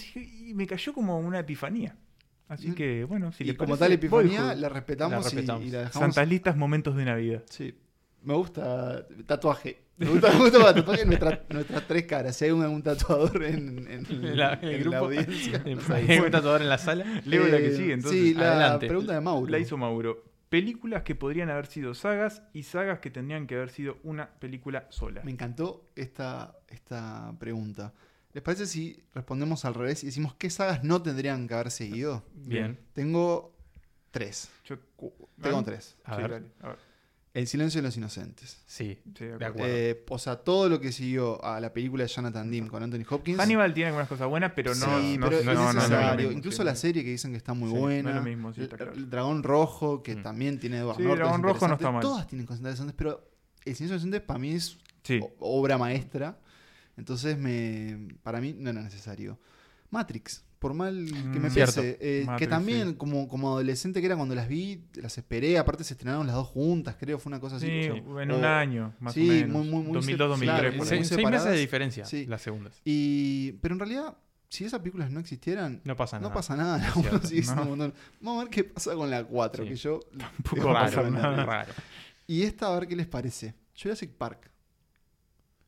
y me cayó como una epifanía. Así
Mm.
que, bueno, si
y
les
como
parece,
tal epifanía
Boyhood.
la respetamos,
La
y-
respetamos.
Y, la dejamos.
Santas listas, momentos de una vida.
Sí. Me gusta tatuaje. Me gusta, me gusta para tatuaje nuestra- nuestras tres caras. Si hay un, algún tatuador en, en- en
en la, en el
la
grupo.
audiencia.
Hay
no sé.
un tatuador en la sala.
Leo la que
Eh,
sigue, entonces.
Sí, la
Adelante.
pregunta de Mauro.
La hizo Mauro. Películas que podrían haber sido sagas y sagas que tendrían que haber sido una película sola.
Me encantó esta, esta pregunta. ¿Les parece si respondemos al revés y decimos qué sagas no tendrían que haber seguido?
Bien.
Tengo tres.
Yo- ¿Ah?
Tengo tres.
A
Sí,
ver.
dale, a ver.
El silencio de los inocentes.
Sí.
Sí, de
De
acuerdo.
acuerdo.
Eh, o sea, todo lo que siguió a la película de Jonathan Dean con Anthony Hopkins.
Hannibal tiene algunas cosas buenas, pero no,
sí,
no,
pero
no,
es
no, no, no es lo
necesario.
mismo,
Incluso
sí.
la serie que dicen que está muy
Sí, no es
buena.
lo mismo, sí, está
El-
claro.
El Dragón Rojo, que
Mm.
también tiene Edward
Sí,
Norton,
Dragón
es
Rojo no
interesante.
está mal.
Todas tienen cosas interesantes, pero El Silencio de los Inocentes para mí es
Sí.
o- obra maestra. Entonces, me, para mí no era necesario. Matrix, por mal que me
Mm,
cierto.
pese. eh, que
Matrix,
también,
sí.
como, como adolescente que era cuando las vi, las esperé. Aparte, se estrenaron las dos juntas, creo, fue una cosa así.
Sí,
Sí.
en
O-
un año, más
sí,
o menos.
muy, muy, muy
2002, 2003.
claro,
por
muy
ahí.
seis, seis
separadas.
meses de diferencia
Sí.
las segundas.
Y, pero en realidad, si esas películas no existieran,
No pasa nada.
no pasa nada. La
Es
uno
cierto,
sigue siendo
¿no?
un montón. Vamos a ver qué pasa con la 4,
Sí.
que yo
Tampoco
Digo,
va a
raro,
pasar nada.
Raro.
Y esta, a ver qué les parece. Jurassic Park.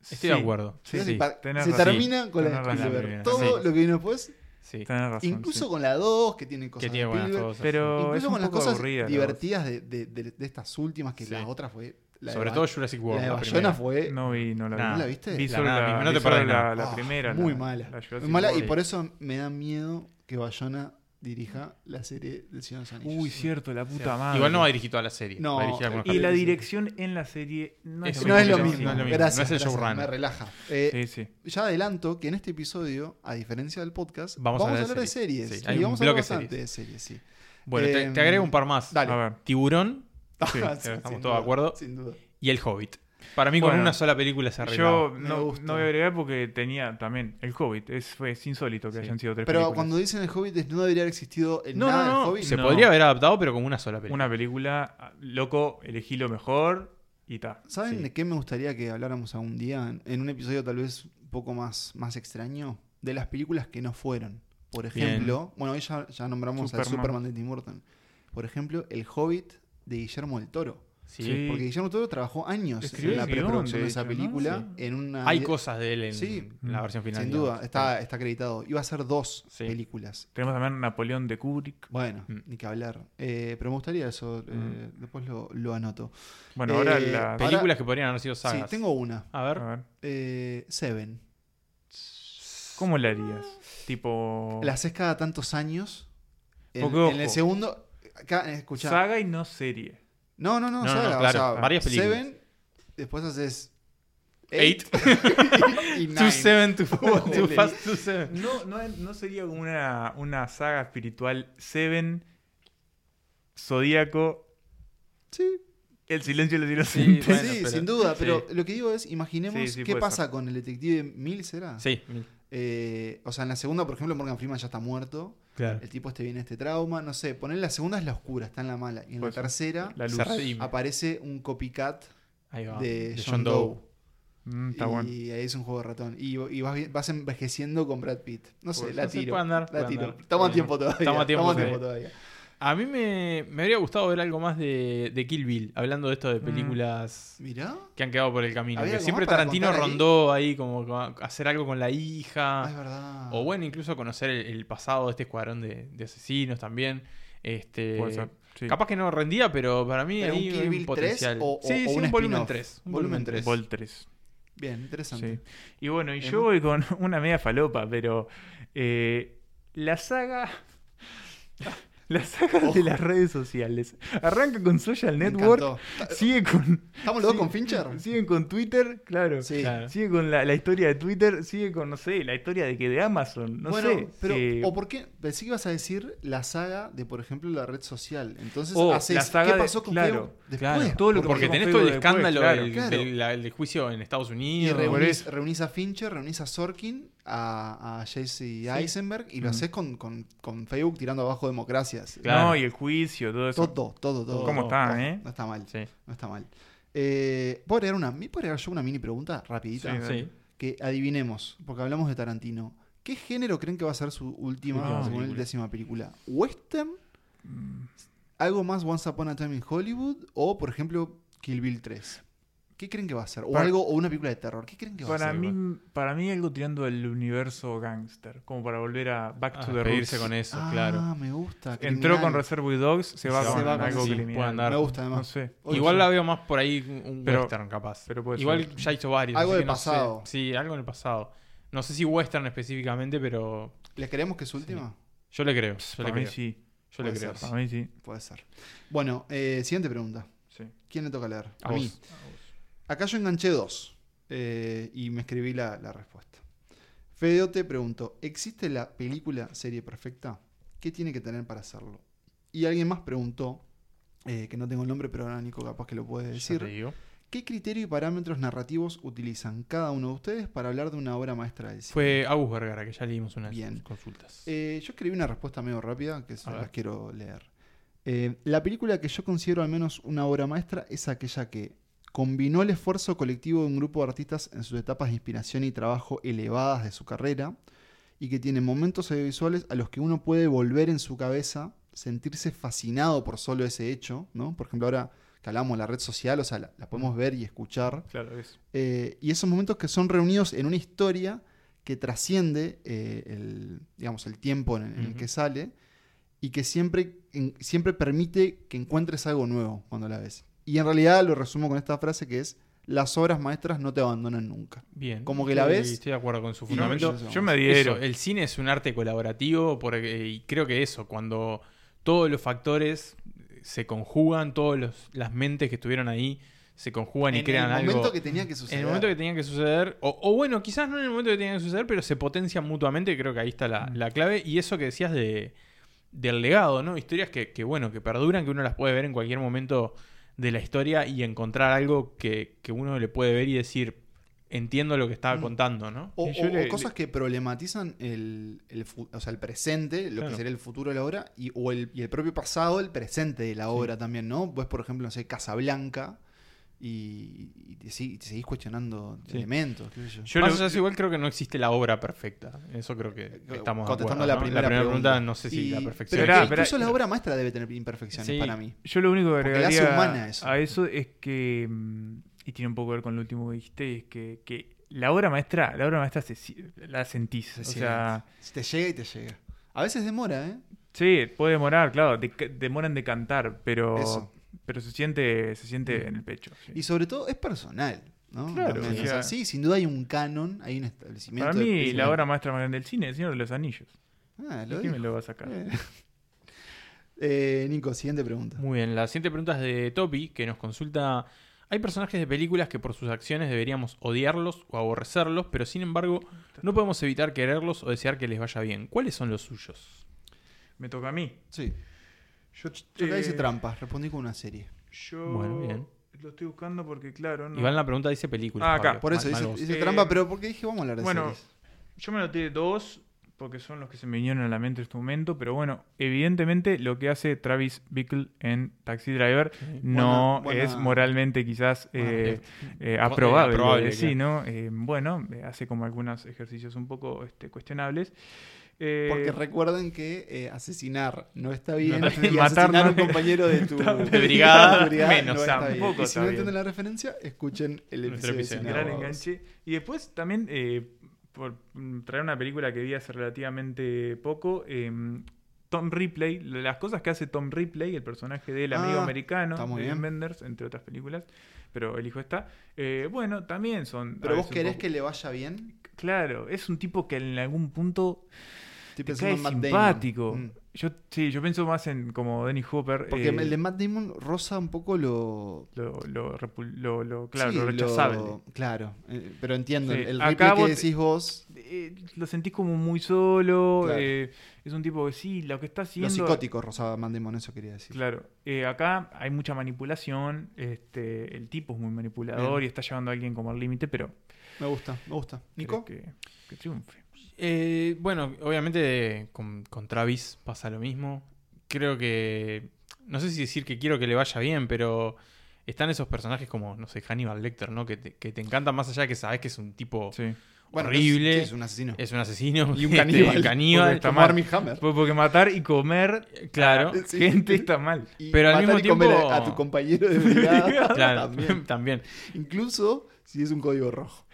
Estoy
Sí,
de acuerdo. Sí,
Jurassic
sí.
Park
tenés
se
razón.
termina con la
tenés
de
razón,
Spielberg.
Gabriel.
Todo
Sí.
lo que vino después,
Sí.
Tenés razón.
incluso
sí.
con la 2, que tiene cosas
Que
de
tiene buenas
Spielberg,
cosas.
Pero es
Incluso
un
con las
poco
cosas
aburrida, la
divertidas de, de- de- de estas últimas, que
Sí.
la otra fue. La de
sobre
Ba-
todo Jurassic
la
World.
de
la
Bayona
primera.
fue.
No vi, no la vi.
Nah.
eh, ¿La viste?
Vi
La
solo
nada
la,
misma, no
vi
te
solo
perdés
la,
nada.
la
Ah,
primera.
Muy
la-
mala.
la Jurassic
Muy mala. Y
World.
por eso me da miedo que Bayona dirija la serie del Señor de los Anillos.
Uy, cierto, la puta madre.
Igual no va a dirigir toda la serie.
No,
va a dirigir algunos
Y la
capítulos.
dirección en la serie no es,
Eso
No es lo
Sí,
mismo.
no es lo mismo.
Gracias.
No es el
gracias,
showrunner.
Me relaja. Eh,
Sí, sí.
ya adelanto que en este episodio, a diferencia del podcast, vamos, a hablar de series.
Sí, hay
y
un
vamos a hablar
bloque
bastante
series.
de series, sí.
Bueno, te,
Eh,
te agrego un par más.
dale.
A ver.
Tiburón
Sí,
estamos
sin
todos de acuerdo.
Sin duda.
y El Hobbit. Para mí con
Bueno,
una sola película se arreglaba.
Yo
Me
no,
gusta.
no voy a agregar porque tenía también El Hobbit. Es, fue- es insólito que
Sí.
hayan sido tres
Pero
películas.
cuando dicen el Hobbit, es- no debería haber existido en
No,
nada
no,
del
no.
Hobbit.
Se
no.
podría haber adaptado, pero como una sola película.
Una película, ah, loco, elegí lo mejor y ta.
¿Saben
Sí.
de qué me gustaría que habláramos algún día? En, en un episodio tal vez un poco más, más extraño. De las películas que no fueron. Por
Bien.
ejemplo, bueno, hoy ya, ya nombramos al
Superman.
Superman de Tim Burton. Por ejemplo, El Hobbit de Guillermo del Toro.
Sí.
Sí.
Porque Guillermo del Toro trabajó años
Escribió
en la
el guión,
preproducción
de
de esa
hecho, ¿no?
película.
Sí.
En una
Hay cosas de él en
Ah, Sí.
la versión final.
Sin
digamos.
duda, está, está acreditado. Iba a ser dos
Sí.
películas.
Tenemos también Napoleón de Kubrick.
Bueno,
Mm.
ni que hablar. Eh, pero me gustaría eso. eh,
Mm.
Después lo, lo anoto.
Bueno,
Eh,
ahora la.
pe-
Películas
Ahora-
que podrían haber sido
Sí,
sagas.
tengo una.
A
A
ver.
ver,
Eh, Seven.
¿cómo la harías? Tipo.
La haces cada tantos años. En,
Porque,
en el
ojo.
segundo. Acá, eh, escuchá.
saga y no serie.
no, no, no,
No, no,
saga,
no,
o
claro,
sea,
varias películas.
Seven, después haces.
Eight.
y
Two
Nine.
Seven, Two Four, Two
Ponele.
Fast, Two Seven.
No, no, no sería una, una saga espiritual Seven, Zodíaco,
Sí,
El Silencio de los
Sí,
Inocentes.
Bueno,
sí,
pero-
sin duda. Pero
sí.
lo que digo es: imaginemos
Sí, sí,
qué
puede
pasa con el detective Mil, ¿será?
Sí,
Eh, o sea, en la segunda, por ejemplo, Morgan Freeman ya está muerto.
claro.
El tipo este viene este trauma. No sé, poner la segunda es la oscura, está en la mala. Y en
Pues,
la tercera
La luz.
Se redime.
aparece un copycat
Ahí va.
de John Doe.
Mm, está bueno.
Y ahí es un juego de ratón. Y, y vas, vi- vas envejeciendo con Brad Pitt. No sé,
Pues,
la
no sé,
tiro.
puede andar,
la
puede
tiro.
andar.
Estamos a
Sí.
tiempo todavía.
Estamos a tiempo, sí.
todavía.
A mí me, me habría gustado ver algo más de, de Kill Bill, hablando de esto de
Mm.
películas
Mirá.
que han quedado por el camino.
¿Había
Que
algo
siempre
más para
Tarantino
contar ahí?
rondó ahí como co- hacer algo con la
Ah, es
hija.
verdad.
O bueno, incluso conocer el, el pasado de este escuadrón de, de asesinos también. Este,
Puede ser, sí.
Capaz que no rendía, pero para mí
Pero
ahí
un
hay
Kill
un
Bill 3
potencial.
o- o-
sí,
o
sí,
un
un volumen
spin-off.
3. Un
Volumen
volumen
tres.
3.
Vol 3.
Bien, interesante.
Y bueno, y
Em.
yo voy con una media falopa, pero eh, la saga. La saga de las redes sociales. Arranca con Social
Me
Network.
encantó. Ta-
Sigue con.
¿Estamos los dos
sigue-
con Fincher?
Siguen con Twitter, claro.
Sí.
Claro.
Sigue con la, la historia de Twitter, sigue con, no sé, la historia de que de Amazon, no
bueno,
sé.
pero
eh,
¿o por qué? Pensé que ibas a decir la saga de, por ejemplo, la red social. Entonces,
Oh,
haces,
la saga
¿qué
de-
pasó con
claro,
Facebook después?
Claro,
todo lo que
porque
pasó
tenés
con
todo el
Facebook después,
escándalo
claro.
del,
Claro.
del- la- del juicio en Estados
Y
Unidos.
por
reunís,
eso.
reunís a Fincher, reunís a Sorkin, a, a Jesse Eisenberg y lo
Mm.
haces con, con- con Facebook tirando abajo democracias.
Claro.
No, y el juicio, todo eso.
Todo, todo, todo.
¿Cómo
todo,
está,
todo.
eh?
No está mal,
Sí,
no está mal. Eh, ¿puedo, agregar una, ¿Puedo agregar yo una mini pregunta rapidita?
Sí,
sí.
Que adivinemos, porque hablamos de Tarantino. ¿Qué género creen que va a ser su última,
Última
según él,
película. Mm.
décima película? ¿Western? ¿Algo más Once Upon a Time in Hollywood? ¿O, por ejemplo, Kill Bill 3? ¿Qué creen que va a ser? ¿O
Para-
algo o una película de terror? ¿Qué creen que va a
Para
ser?
mí, para mí algo tirando al universo gangster, como para volver a Back
Ah,
to the Roots.
pedirse con eso,
ah,
claro.
me gusta.
Entró
criminal.
con Reservoir Dogs, se va
Se
con
va con-
algo
sí,
criminal.
puede andar.
Me gusta, además.
No sé.
Oye,
Igual
sí.
la veo más por ahí un
Pero-
western, capaz.
pero puede ser.
Igual ya hizo varios.
Algo
así
del
que no sé.
pasado.
Sí, algo en el pasado. No sé si western específicamente, pero
¿Le creemos que es su última?
yo le creo. Yo le
para mí
creo.
sí.
Yo le
puede
creo.
ser.
Para mí sí.
Puede ser. Bueno, eh, siguiente pregunta.
sí.
¿Quién le toca leer?
A vos.
Acá yo enganché dos eh, y me escribí la, la respuesta. Fedeo te preguntó, ¿existe la película serie perfecta? ¿Qué tiene que tener para hacerlo? Y alguien más preguntó, eh, que no tengo el nombre, pero ahora Nico capaz que lo puede
Ya te
decir,
digo.
¿qué criterio y parámetros narrativos utilizan cada uno de ustedes para hablar de una obra maestra del cine?
Fue Agus Vergara, que ya leímos unas
Bien.
consultas.
Eh, yo escribí una respuesta medio rápida que se
A ver.
las quiero leer. Eh, la película que yo considero al menos una obra maestra es aquella que combinó el esfuerzo colectivo de un grupo de artistas en sus etapas de inspiración y trabajo elevadas de su carrera y que tiene momentos audiovisuales a los que uno puede volver en su cabeza, sentirse fascinado por solo ese hecho, ¿no? Por ejemplo, ahora que hablamos de la red social, o sea, la, la podemos ver y escuchar.
Claro, es.
Eh, y esos momentos que son reunidos en una historia que trasciende eh, el, digamos, el tiempo en, en el
Ujú.
que sale y que siempre, en- siempre permite que encuentres algo nuevo cuando la ves. Y en realidad lo resumo con esta frase que es, las obras maestras no te abandonan nunca.
Bien.
Como que la ves-
Estoy de acuerdo con su
Y no-
fundamento.
Yo, yo me
Eso,
adhiero.
el cine es un arte colaborativo porque, y creo que eso, cuando todos los factores se conjugan, todas las mentes que estuvieron ahí se conjugan y
En
crean
el
algo.
momento que tenía que suceder.
En el momento que tenía que suceder, o, o bueno, quizás no en el momento que tenía que suceder, pero se potencian mutuamente, creo que ahí está
Mm.
la, la clave. Y eso que decías de, del legado, ¿no? Historias que, que, bueno, que perduran, que uno las puede ver en cualquier momento de la historia y encontrar algo que, que uno le puede ver y decir, entiendo lo que estaba
Mm.
contando, ¿no?
O,
Y yo
o-
le-
o cosas que problematizan el, el fu- o sea, el presente, lo
Claro.
que sería el futuro de la obra, y, o el, y el propio pasado, el presente de la obra también, ¿no? Ves, por ejemplo, no sé, Casablanca, y, y te, sig- te seguís cuestionando
Sí.
elementos, qué sé yo.
Yo
Más
lo-
allá de eso, igual creo que no existe la obra perfecta. Eso creo que eh, estamos de
Contestando
acuerdo,
la,
¿no?
primera
pregunta. no sé si
Y-
la perfección.
Pero
Esperá,
que incluso
esperá.
la obra maestra debe tener imperfecciones
Sí.
para mí.
Yo lo único que
Porque le hace
agregaría
humana eso.
a eso es que. mm, Y tiene un poco que ver con lo último que dijiste, y es que, que la obra maestra, la obra maestra se si- la sentís. o sea,
Si te llega y te llega. A veces demora, ¿eh?
sí, puede demorar, claro, deca- demoran de cantar, pero,
Eso.
pero se siente, se siente en el pecho. sí.
Y sobre todo es personal, ¿no?
Claro,
También,
o
o sea,
sea-
sí, sin duda hay un canon, hay un establecimiento.
Para
de
mí, la
principios.
obra maestra más grande del cine es el Señor de los Anillos.
Ah, lo
¿Quién me
dijo.
lo va a sacar?
Eh. Eh, Nico, siguiente pregunta.
Muy bien, la siguiente pregunta es de Topi, que nos consulta. Hay personajes de películas que por sus acciones deberíamos odiarlos o aborrecerlos, pero sin embargo no podemos evitar quererlos o desear que les vaya bien. ¿Cuáles son los suyos?
Me toca a mí.
Sí.
Yo,
Yo acá hice
eh,
trampas, respondí con una serie.
Yo
Bueno, bien.
lo estoy buscando porque, claro, no.
Iván la pregunta dice películas.
Ah, acá.
Fabio.
Por eso
Mal- mal
hice,
vos.
hice
Eh,
trampa, pero porque dije, vamos a hablar de
bueno,
series.
Yo me anoté dos porque son los que se me vinieron a la mente en este momento, pero bueno, evidentemente lo que hace Travis Bickle en Taxi Driver no
buena-
es
buena-
moralmente quizás
buena
eh,
respuesta.
eh, aprobable,
aprobable,
eh, sí, ¿no? Eh, bueno, eh, hace como algunos ejercicios un poco este, cuestionables. Eh,
Porque recuerden que eh, asesinar no está bien
no está bien.
y
Matar
asesinar a
no
un
está-
compañero de tu
está-
de brigada,
tu
menos,
no está bien.
tampoco
Y si
está
no
bien.
entienden la referencia, escuchen el
Nuestro
episodio. de
episodio.
Sin
Gran
Abogados.
enganche. Y después también, eh, por mm, traer una película que vi hace relativamente poco, eh, Tom Ripley, las cosas que hace Tom Ripley, el personaje del amigo
Ah,
americano,
está muy
de
bien.
Wim Wenders, entre otras películas, pero elijo esta. Eh, bueno, también son... a
Pero vos
veces Ah, un
querés
poco-
que le vaya bien.
Claro, es un tipo que en algún punto
Estoy
te
pensando
cae
en Matt Damon.
simpático. Eh,
Mm.
Yo, sí, yo pienso más en como Danny Hooper.
Porque
eh,
el de Matt Damon roza un poco lo.
lo, lo, repul- lo- lo- claro,
sí,
lo rechazable.
Claro, eh, pero entiendo.
Sí,
El
acá
replay que
vos-
decís vos.
eh, lo sentís como muy solo.
Claro.
eh, es un tipo que sí, lo que está haciendo.
Lo psicótico rozaba Matt Damon, eso quería decir.
Claro. Eh, acá hay mucha manipulación. Este, el tipo es muy manipulador
Bien.
y está llevando a alguien como al límite, pero.
Me gusta, me gusta. Nico.
creo Que, que triunfe.
Eh, bueno, obviamente con, con Travis pasa lo mismo. Creo que. No sé si decir que quiero que le vaya bien, pero están esos personajes como, no sé, Hannibal Lecter, ¿no? Que te, que te encantan más allá de que sabes que es un tipo.
Sí.
Es,
horrible.
sí, es un asesino.
Es un asesino.
Y un
este,
caníbal.
un caníbal.
Porque está
Como
mal.
Armie Hammer.
Pues Porque matar y comer
Claro.
Sí.
gente está mal.
Y
Pero al
matar
mismo
y comer
tiempo-
a, a tu compañero de brigada
Claro,
también.
también.
Incluso si es un código rojo.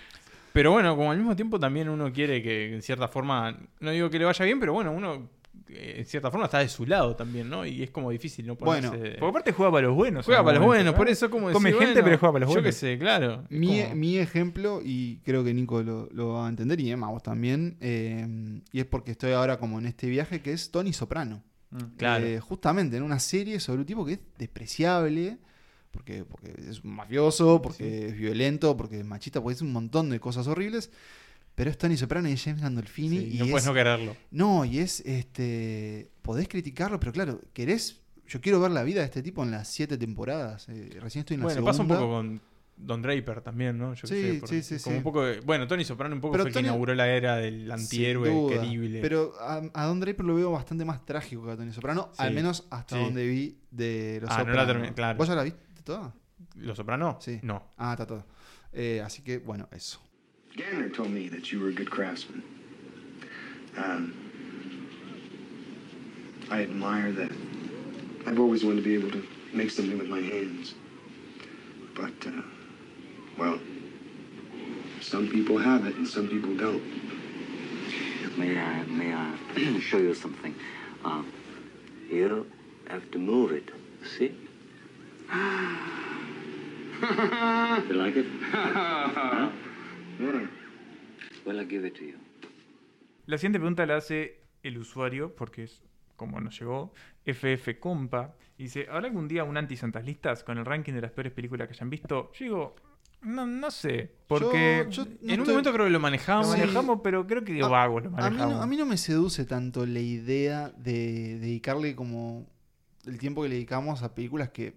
Pero bueno, como al mismo tiempo también uno quiere que en cierta forma, no digo que le vaya bien, pero bueno, uno eh, en cierta forma está de su lado también, ¿no? Y es como difícil no
Bueno,
ponerse...
Porque aparte juega para los buenos.
juega
en
para los
un
buenos,
momento, ¿verdad?
por eso como
Come
decir,
gente,
bueno,
pero juega para los
Yo qué
buenos.
sé, claro.
Mi,
Como-
mi ejemplo, y creo que Nico lo, lo va a entender, y Emma vos también, eh, y es porque estoy ahora como en este viaje, que es Tony Soprano.
Mm.
Claro.
Eh, justamente en una serie sobre un tipo que es despreciable, porque, porque es un mafioso, porque es violento, porque es machista, porque es un montón de cosas horribles. Pero es Tony Soprano y es James Gandolfini.
Sí,
y
no
es-
puedes no quererlo.
No, y es este. Podés criticarlo, pero claro, querés. Yo quiero ver la vida de este tipo en las siete temporadas. eh, recién estoy en la
Bueno,
segunda.
pasa un poco con Don Draper también, ¿no? Yo qué
Sí,
sé, por-
sí, sí,
como
sí.
un poco de- bueno, Tony Soprano un poco
Pero
fue el
Tony-
que inauguró la era del antihéroe
Sin duda.
querible.
Pero a, a Don Draper lo veo bastante más trágico que a Tony Soprano,
Sí.
al menos hasta
Sí.
donde vi de los
Ah, no la
Soprano.
terminé, claro.
¿Vos ya la viste toda?
¿Los Soprano?
Sí.
No.
Ah, está toda. Eh, así que, bueno, eso.
Gander told me that you were a good craftsman. Um, I admire that. I've always wanted to be able to make something with my hands. But, uh, well, some people have it and some people don't.
May I, may I show you something? Uh, you have to move it. See? you like it? Huh? Mm. Well, I give it to you.
La siguiente pregunta la hace el usuario, porque es como nos llegó, FF Compa. Y dice, ¿habrá algún día un anti-santaslistas con el ranking de las peores películas que hayan visto? Yo digo, no, no sé, porque
Yo- yo no
en un
estoy-
momento creo que lo manejamos.
lo manejamos, pero creo que de vagos lo
A mí,
manejamos.
no, a mí no me seduce tanto la idea de dedicarle como el tiempo que le dedicamos a películas que...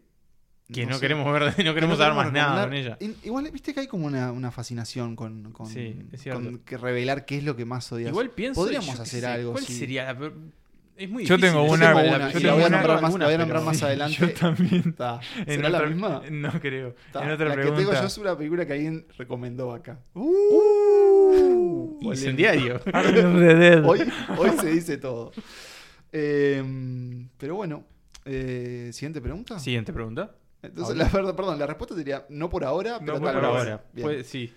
Que no,
sé,
queremos ver, no
que
queremos saber más nada
recomendar.
con ella.
En- Igual, viste que hay como una, una fascinación con, con,
Sí, es cierto.
con que revelar qué es lo que más odias.
Igual pienso. yo
Podríamos
qué
hacer
sé,
algo.
¿Cuál
sí.
sería la peor? Es muy
Yo
difícil
tengo
decir
Yo
una-
tengo
cuál es
una,
la
y
peor.
la
yo tengo
voy a
una,
nombrar más, la voy a
algunas,
nombrar
pero-
más adelante.
Yo también.
Está.
En
¿Será la
otra-
misma?
No creo.
Está.
En otra
la
pregunta.
que tengo yo es una película que alguien recomendó acá.
Uh,
Olé.
Incendiario.
Hoy, hoy se dice todo. Eh, pero bueno, eh, siguiente pregunta.
Siguiente pregunta.
Entonces, la, verdad- perdón, la respuesta sería no por ahora, pero
por
tal
Por
vez.
ahora.
Bien,
Puede- sí.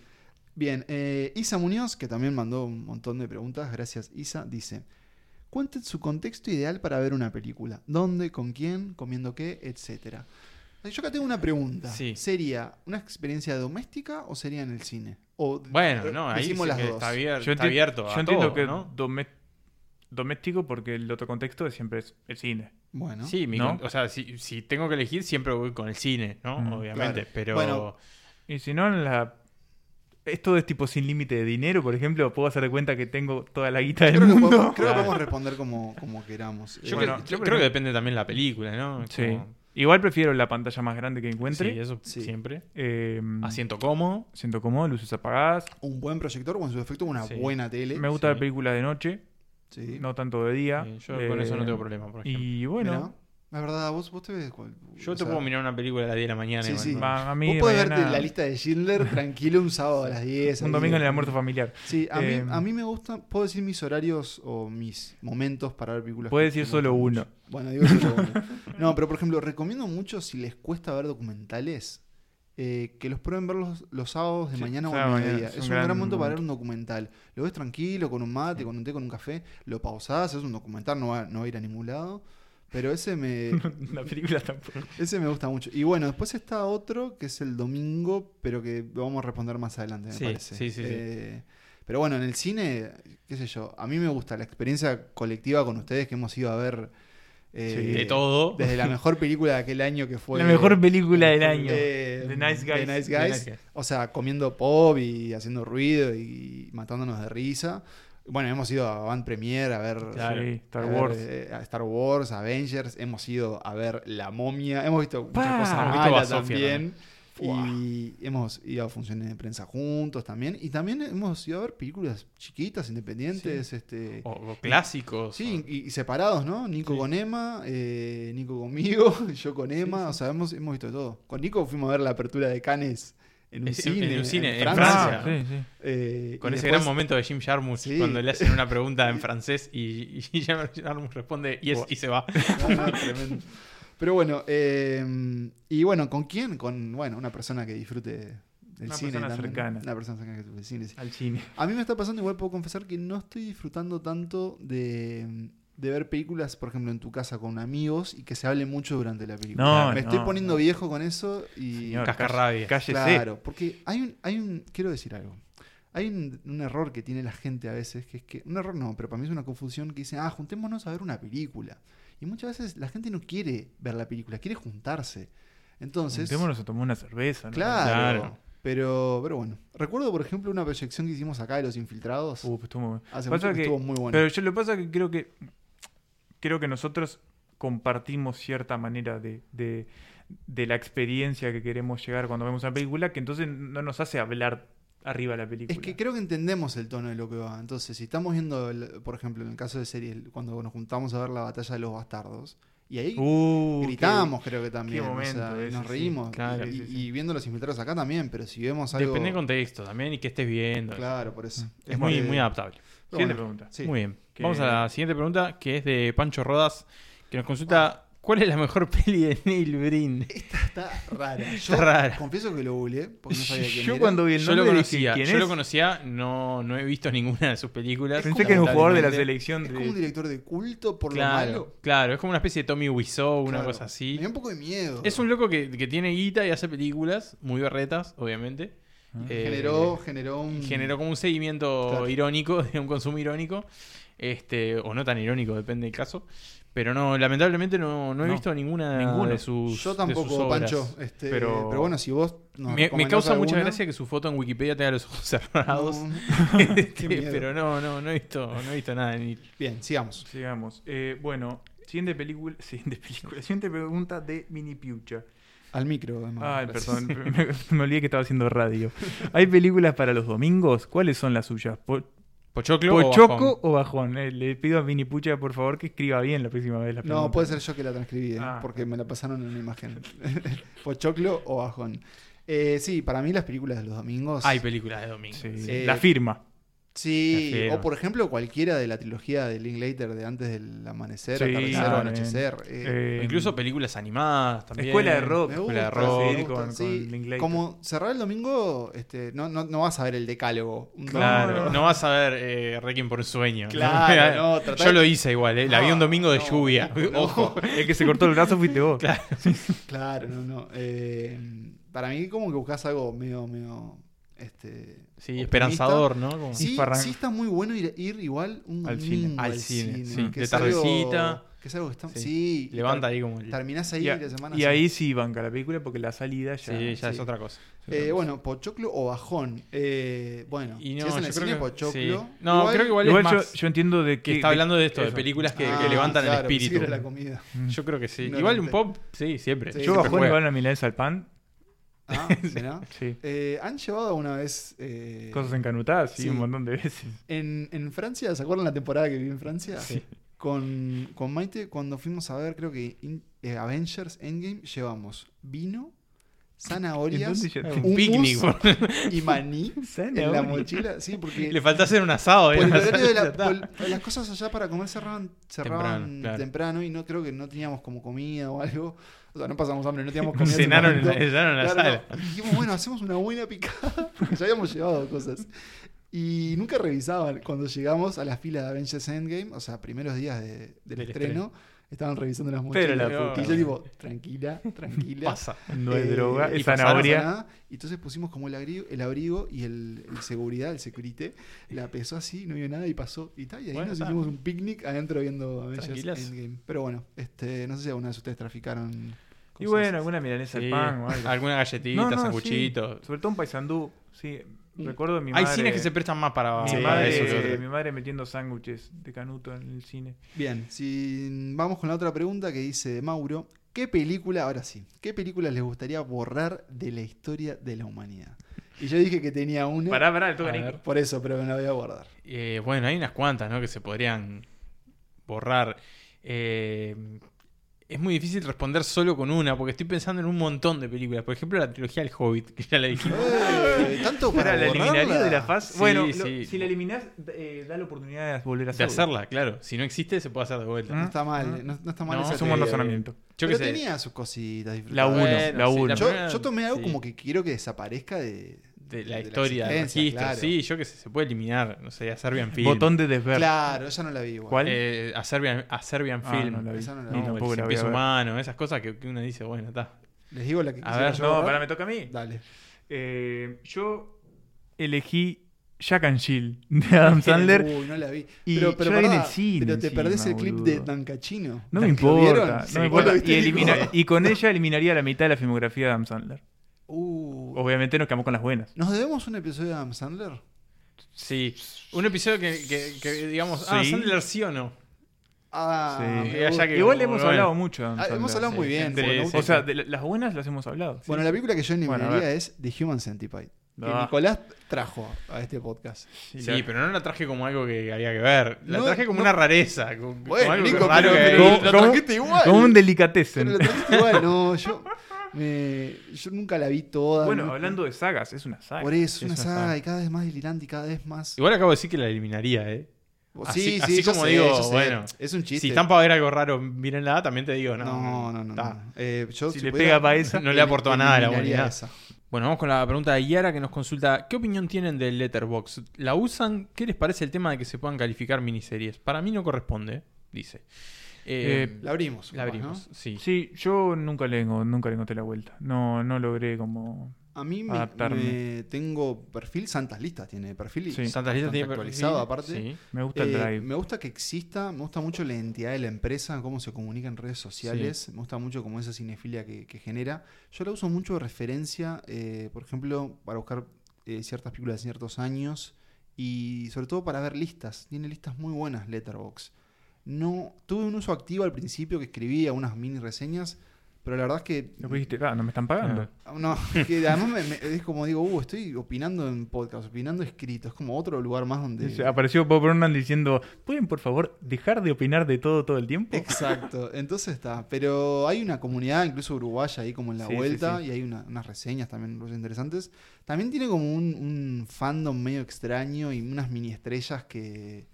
Bien, eh, Isa Muñoz, que también mandó un montón de preguntas, gracias Isa, dice, cuenten su contexto ideal para ver una película. ¿Dónde? ¿Con quién? ¿Comiendo qué? Etcétera. Yo acá tengo una pregunta.
Sí.
¿Sería una experiencia doméstica o sería en el cine? O,
Bueno,
eh,
no, ahí
decimos
sí
las
que
dos.
está abierto,
Yo
está
enti-
abierto a
yo entiendo
todo,
que
¿no?
domé- doméstico porque el otro contexto es siempre es el cine.
Bueno.
Sí, mi
¿No?
con- o sea, si, si tengo que elegir siempre voy con el cine, ¿no?
Mm,
Obviamente,
claro.
pero
Bueno,
Y si no, en la... Esto es tipo sin límite de dinero, por ejemplo, puedo hacer de cuenta que tengo toda la guita del
Creo, que
mundo.
podemos, creo que
Claro.
podemos responder como, como queramos.
yo,
bueno,
creo,
yo
creo
por ejemplo-
que depende también la película, ¿no?
Sí.
Como-
Igual prefiero la pantalla más grande que encuentre.
sí, eso
Sí.
siempre.
Eh,
Asiento cómodo.
Siento cómodo, luces apagadas.
un buen proyector o en su defecto una
Sí.
buena tele.
Me gusta
sí.
ver películas de noche,
Sí.
no tanto de día. Eh,
Sí, eh, yo con eso no tengo problema, por ejemplo.
Y bueno,
Mirá, es verdad, vos, vos te ves... cual-
Yo
o
te
sea,
puedo mirar una película a las 10 de la mañana.
Sí,
igual,
sí.
¿no?
va- a mí
Vos podés
mañana-
verte la lista de Schindler tranquilo un sábado a las 10.
un
ahí.
domingo en el almuerzo familiar.
Sí, a mí,
Eh,
a mí me gusta. ¿Puedo decir mis horarios o mis momentos para ver películas?
Puedes
que-
decir
que me
solo
gustan
uno.
mucho? Bueno, digo solo uno. No, pero por ejemplo, recomiendo mucho si les cuesta ver documentales. eh, que los prueben verlos los sábados de
Sí,
mañana o al
sábado de mañana,
mediodía. Es un gran, momento para ver un
momento.
documental. Lo ves tranquilo, con un mate, con un té, con un café. Lo pausás, es un documental, no va, no va a ir a ningún lado. Pero ese me,
la película tampoco.
ese me gusta mucho. Y bueno, después está otro que es el domingo, pero que vamos a responder más adelante, me
Sí,
parece.
sí, sí, sí.
Eh, pero bueno, en el cine, qué sé yo, a mí me gusta la experiencia colectiva con ustedes que hemos ido a ver eh,
Sí,
De todo.
Desde la mejor película de aquel año que fue.
la mejor película del año.
eh,
The Nice
The
Guys.
Nice
The
Guys.
Nice Guys.
O sea, comiendo pop y haciendo ruido y matándonos de risa. Bueno, hemos ido a Van Premiere a ver
Claro.
Sí, Star
a ver,
Wars.
eh, a Star Wars, Avengers, hemos ido a ver La Momia, hemos visto muchas
Pa.
cosas
Hemos visto
malas
Basofia
también.
Buah.
Y hemos ido a funciones de prensa juntos también. Y también hemos ido a ver películas chiquitas, independientes, este.
O, o clásicos.
Sí, y, y separados, ¿no? Nico
Sí.
con Emma, eh, Nico conmigo, yo con Emma, o sea, hemos, hemos visto de todo. Con Nico fuimos a ver la apertura de Cannes en un
En- en
cine.
un cine, en
Ah,
Francia.
sí, sí.
Eh,
o- Con
y
ese
después-
gran momento de Jim Jarmusch
Sí.
cuando le hacen una pregunta en francés y, y Jim Jarmusch responde yes y se va.
No, no, tremendo. Pero bueno, eh, y bueno, ¿con quién? Con, bueno, una persona que disfrute del
Una
cine.
persona
también.
cercana.
Una persona cercana que disfrute del cine. sí.
Al cine.
A mí me está pasando, igual puedo confesar que no estoy disfrutando tanto de, de ver películas, por ejemplo, en tu casa con amigos y que se hable mucho durante la película.
No,
me
no,
estoy poniendo
no.
viejo con eso y...
Señor,
Cascarrabias.
cállese.
Claro, porque hay un, hay un, quiero decir algo. Hay un, un error que tiene la gente a veces, que es que, un error no, pero para mí es una confusión que dicen, ah, juntémonos a ver una película. Y muchas veces la gente no quiere ver la película, quiere juntarse. Entonces,
Juntémonos a tomar una cerveza. ¿no?
claro.
Claro.
Pero, pero bueno, recuerdo por ejemplo una proyección que hicimos acá de Los Infiltrados.
Uh, pues estuvo muy bueno.
hace
Pasa
mucho que
que-
estuvo muy bueno.
Pero yo lo que pasa es que creo que creo que nosotros compartimos cierta manera de, de- de la experiencia que queremos llegar cuando vemos una película, que entonces no nos hace hablar arriba de la película.
Es que creo que entendemos el tono de lo que va. Entonces, si estamos viendo, el- por ejemplo, en el caso de series, cuando nos juntamos a ver la batalla de los bastardos, y ahí
Uh, qué-
gritamos, creo que también. o sea,
momento
y
ese,
nos
sí.
reímos.
Claro.
y,
Sí, sí,
y viendo los infiltrados acá también, pero si vemos algo.
Depende del contexto también y que estés viendo.
Claro, por eso.
Ah. Es muy,
Eh,
muy adaptable.
pero
Siguiente
bueno,
pregunta.
sí.
Muy bien.
Que-
Vamos a la siguiente pregunta, que es de Pancho Rodas, que nos consulta cuál es la mejor peli de Neil Breen.
Está rara. Yo
Está rara.
confieso que lo googleé porque no sabía quién
Yo
era.
cuando vi el
Yo lo
nombre dije,
conocía,
¿quién
yo lo
es?
conocía, no, no he visto ninguna de sus películas.
Pensé que era un jugador de la
lamentablemente.
selección
Es como un
de...
director de culto por lo
Claro,
malo.
claro, es como una especie de Tommy Wiseau, una
Claro.
cosa así.
Me dio un poco de miedo.
Es un loco que, que tiene guita y hace películas, muy berretas, obviamente.
Ah.
Eh,
generó, generó un.
generó como un seguimiento
Claro.
irónico, de un consumo irónico, este o no tan irónico, depende del caso. Pero no, lamentablemente no, no he
No,
visto ninguna
ninguno.
de sus
Yo
de sus
tampoco,
obras.
Pancho. Este, pero...
pero-
bueno, si vos. nos
me, me
recomendás
causa mucha
alguna,
gracia que su foto en Wikipedia tenga los ojos cerrados.
no-
Este,
miedo.
pero no, no, no he visto, no he visto nada de Neil.
Bien, sigamos.
Sigamos. Eh, bueno, siguiente película, siguiente película, siguiente pregunta de Mini Piucha.
Al micro, además.
Ay,
Gracias.
perdón, me, me olvidé que estaba haciendo radio. ¿Hay películas para los domingos? ¿Cuáles son las suyas? Po-
Pochoclo. o
¿Pochoco
Bajón.
o bajón? Eh, le pido a Mini Pucha, por favor, que escriba bien la próxima vez. la
No,
pregunta.
puede ser yo que la transcribí, eh,
Ah.
porque me la pasaron en una imagen. Pochoclo o bajón. Eh, sí, para mí las películas de los domingos.
Hay películas de domingo.
Sí.
Sí.
La firma.
sí,
las veo.
o por ejemplo cualquiera de la trilogía de Linklater de antes del amanecer,
Sí,
atardecer o
ah,
anochecer. eh,
Eh,
O Incluso películas animadas también.
Escuela de Rock.
me
Escuela de
gusta,
rock.
me
Sí,
gusta,
con-
sí.
con Linklater.
Como cerrar el domingo, este, no, no, no vas a ver el decálogo. Un
Claro,
domingo.
no vas a ver eh, Requiem por un sueño.
Claro, no, tratá-
Yo lo hice igual, eh. la vi un
No,
domingo de
Ah, no,
lluvia.
no.
Ojo.
El que se cortó el brazo fuiste vos.
Claro, no, no. Eh, para mí como que buscas algo medio, medio, este,
Sí,
optimista.
esperanzador, ¿no? Como-
Sí,
Farran-
sí está muy bueno ir, ir igual un
Al
domingo
cine.
al,
Al
cine.
cine, sí.
que
De
es algo-
tardecita.
que es algo que está-
Sí.
sí, y
Levanta
ter-
ahí como el.
Terminás ahí
Y, a-
la semana.
y
sí.
ahí sí banca la película porque la salida ya.
Sí, ya
sí.
es otra cosa.
Eh, bueno, Pochoclo o Bajón. Eh, bueno,
Y no,
si es en
yo
el
creo
cine
que-
Pochoclo.
sí. No, creo que igual-
Igual
es
yo,
más?
yo entiendo de
Que
qué.
está hablando de esto, de
eso. Mm.
películas que, que
Ah,
levantan
claro,
el
pensé que
espíritu.
era la comida.
Yo creo que sí.
No,
igual
no,
un
te-
pop, sí, siempre.
Sí.
Yo
Siempre
bajón
juega.
igual una milanesa al pan.
Ah, ¿será?
Sí.
Eh, ¿Han llevado una vez. eh,
Cosas encanutadas, sí,
sí.
un montón de veces.
en, en Francia? ¿Se acuerdan la temporada que viví en Francia? Con, con Maite, cuando fuimos a ver, creo que in- eh, Avengers Endgame, llevamos vino, zanahorias,
Entonces ya-
un
Un picnic.
hummus
boludo.
y maní. En la
Zanahoria.
mochila, sí, porque
Le falta hacer un asado.
por
eh.
el horario de la-
Ya está.
por- las cosas allá para comer cerraban, cerraban temprano,
Temprano, claro.
y no creo que no teníamos como comida o algo. O sea, no pasamos hambre, no teníamos comida. en ese
Cenaron en la,
momento.
cenaron en la
Claro,
sala.
no. Y dijimos, bueno, hacemos una buena picada. porque ya habíamos llevado cosas. Y nunca revisaban. Cuando llegamos a la fila de Avengers Endgame, o sea, primeros días de- del,
Del
estreno, estaban revisando las
Pero
mochilas.
la
puta
y yo
madre.
digo, tranquila, tranquila.
Pasa.
No es
Eh,
droga,
y
es
pasaron
zanahoria.
nada, y entonces pusimos como el abrigo, el abrigo y el, el seguridad, el securité, la pesó así, no vio nada y pasó. Y, tal, y ahí
Bueno,
nos
está.
hicimos un picnic adentro viendo Avengers
Tranquilas.
Endgame. Pero bueno, este, no sé si alguna vez ustedes traficaron.
Y
cosas.
bueno, alguna milanesa al
Sí.
pan o algo.
Alguna galletita,
No, no, sí.
sanguchito.
Sobre todo un paisandú. Sí,
Mm.
recuerdo de mi
Hay
madre. Ah,
cines que se prestan más para,
mi,
Sí,
para
madre,
eso que otro.
mi madre metiendo sándwiches de canuto en el cine.
Bien, si vamos con la otra pregunta que dice Mauro. ¿Qué película, ahora sí, qué película les gustaría borrar de la historia de la humanidad? Y yo dije que tenía una.
Pará, pará, le toca
A
a Nico.
ver.
Por eso, pero me la voy a guardar.
Eh, bueno, hay unas cuantas, ¿no? Que se podrían borrar. Eh, es muy difícil responder solo con una, porque estoy pensando en un montón de películas. Por ejemplo, la trilogía El Hobbit, que ya la dijimos.
Eh, Tanto para
Pará, ¿La eliminaría
borrarla?
de la faz?
Sí,
bueno, lo-
sí.
si la eliminás, eh, da la oportunidad de volver a
De
hacerlo.
hacerla, claro. Si no existe, se puede hacer de vuelta.
No
¿Mm?
está mal,
¿Mm?
eh, no, no está mal
No,
esa
es un buen
teoría.
razonamiento.
Yo
pero
que sé.
tenía sus cositas
La uno,
disfrutables.
Bueno,
la
sí,
uno.
yo,
primera-
yo tomé algo
sí.
como que quiero que desaparezca de,
De la historia, del
existencia,
registro.
claro.
Sí, yo que sé, se puede eliminar. No sé, a Serbian Film.
Botón de desver.
Claro, esa no la vi igual.
¿Cuál?
Eh, a Serbian, a Serbian
Ah,
Film.
no la vi.
Esa no la
Ni
vi.
No,
tampoco
el
la
sin
voy a
pies
ver.
humano, esas cosas que, que uno dice, bueno, está.
Les digo la que
A
quisiera
ver,
yo
No,
borrar.
pará, me toca a mí.
Dale.
Eh, yo elegí Jack and Jill de Adam Sandler.
Uy, no la vi.
Y
pero, pero
yo la vi en el
pará,
cine
pero te
encima,
perdés el clip de
boludo.
Dancachino.
No me
¿Lo vieron?
importa.
Sí,
no me
vos lo
importa.
viste,
Y,
Nico.
elimina- y con ella eliminaría la mitad de la filmografía de Adam Sandler.
Uh,
Obviamente nos quedamos con las buenas.
¿Nos debemos un episodio de Adam Sandler?
Sí. Un episodio que, que- que digamos, ah,
Sí.
Sandler sí o no.
Ah,
Sí.
me
Ya
gusta.
que-
Igual
como,
hemos
bueno.
hablado mucho. de Adam
Ah, hemos
Sandler,
hablado
sí.
muy bien.
entre-
porque me gusta.
sí,
O sea, de la- las buenas las hemos hablado. sí.
bueno, la película que yo
Bueno, a
eliminaría
ver.
es The Human Centipede. Que
Ah.
Nicolás trajo a este podcast.
Sí,
Sí,
la-
pero no la traje como algo que había que ver. La
No,
traje como
no.
una rareza. co- Como,
Bueno,
algo
Nico,
raro
pero-
que
pero-
hay.
lo trajiste igual.
Como un delicatessen.
Pero lo trajiste igual, no, yo, me- yo nunca la vi toda.
Bueno,
no-
hablando de sagas, es una saga.
Por eso,
es
una
una
saga,
saga.
y cada vez más delirante y cada vez más.
Igual acabo de decir que la eliminaría, ¿eh? Así,
Sí,
así
sí, ya
como
sé,
digo,
ya sé.
bueno.
Es un chiste.
Si están para ver algo raro, miren la también te digo, no.
No, no, no.
está.
no. Eh, yo,
Si le
pudiera,
pega pa' esa,
No le aportó a nada a la
eliminaría
humanidad.
esa.
Bueno, vamos con la pregunta de Yara que nos consulta: ¿Qué opinión tienen del Letterbox? ¿La usan? ¿Qué les parece el tema de que se puedan calificar miniseries? Para mí no corresponde, dice. Eh,
Eh,
La abrimos.
la
capaz, ¿no?
abrimos, sí.
Sí, yo nunca le, enco- nunca le encontré la vuelta. No, no logré como.
A mí me,
Adaptarme.
me- tengo perfil, Santas Listas tiene perfil y
Sí.
Santas Listas
bastante
tiene
actualizado
perfil,
aparte.
sí.
Me gusta el
Eh,
drive.
me gusta que exista, me gusta mucho la identidad de la empresa, cómo se comunica en redes sociales, me gusta mucho como esa cinefilia que, que genera. Yo la uso mucho de referencia, eh, por ejemplo, para buscar eh, ciertas películas de ciertos años y sobre todo para ver listas. Tiene listas muy buenas Letterbox. No, tuve un uso activo al principio que escribía unas mini reseñas, pero la verdad es que
Después dijiste, ah, no me están pagando.
no, que además me- me- es como digo, uh, estoy opinando en podcast, opinando escrito, es como otro lugar más donde...
Dice, Apareció Bob Ronan diciendo, ¿pueden por favor dejar de opinar de todo todo el tiempo?
Exacto, entonces está. Pero hay una comunidad, incluso uruguaya, ahí como en la
Sí, sí,
vuelta,
sí.
y hay una- unas reseñas también muy interesantes. También tiene como un, un fandom medio extraño y unas mini estrellas que,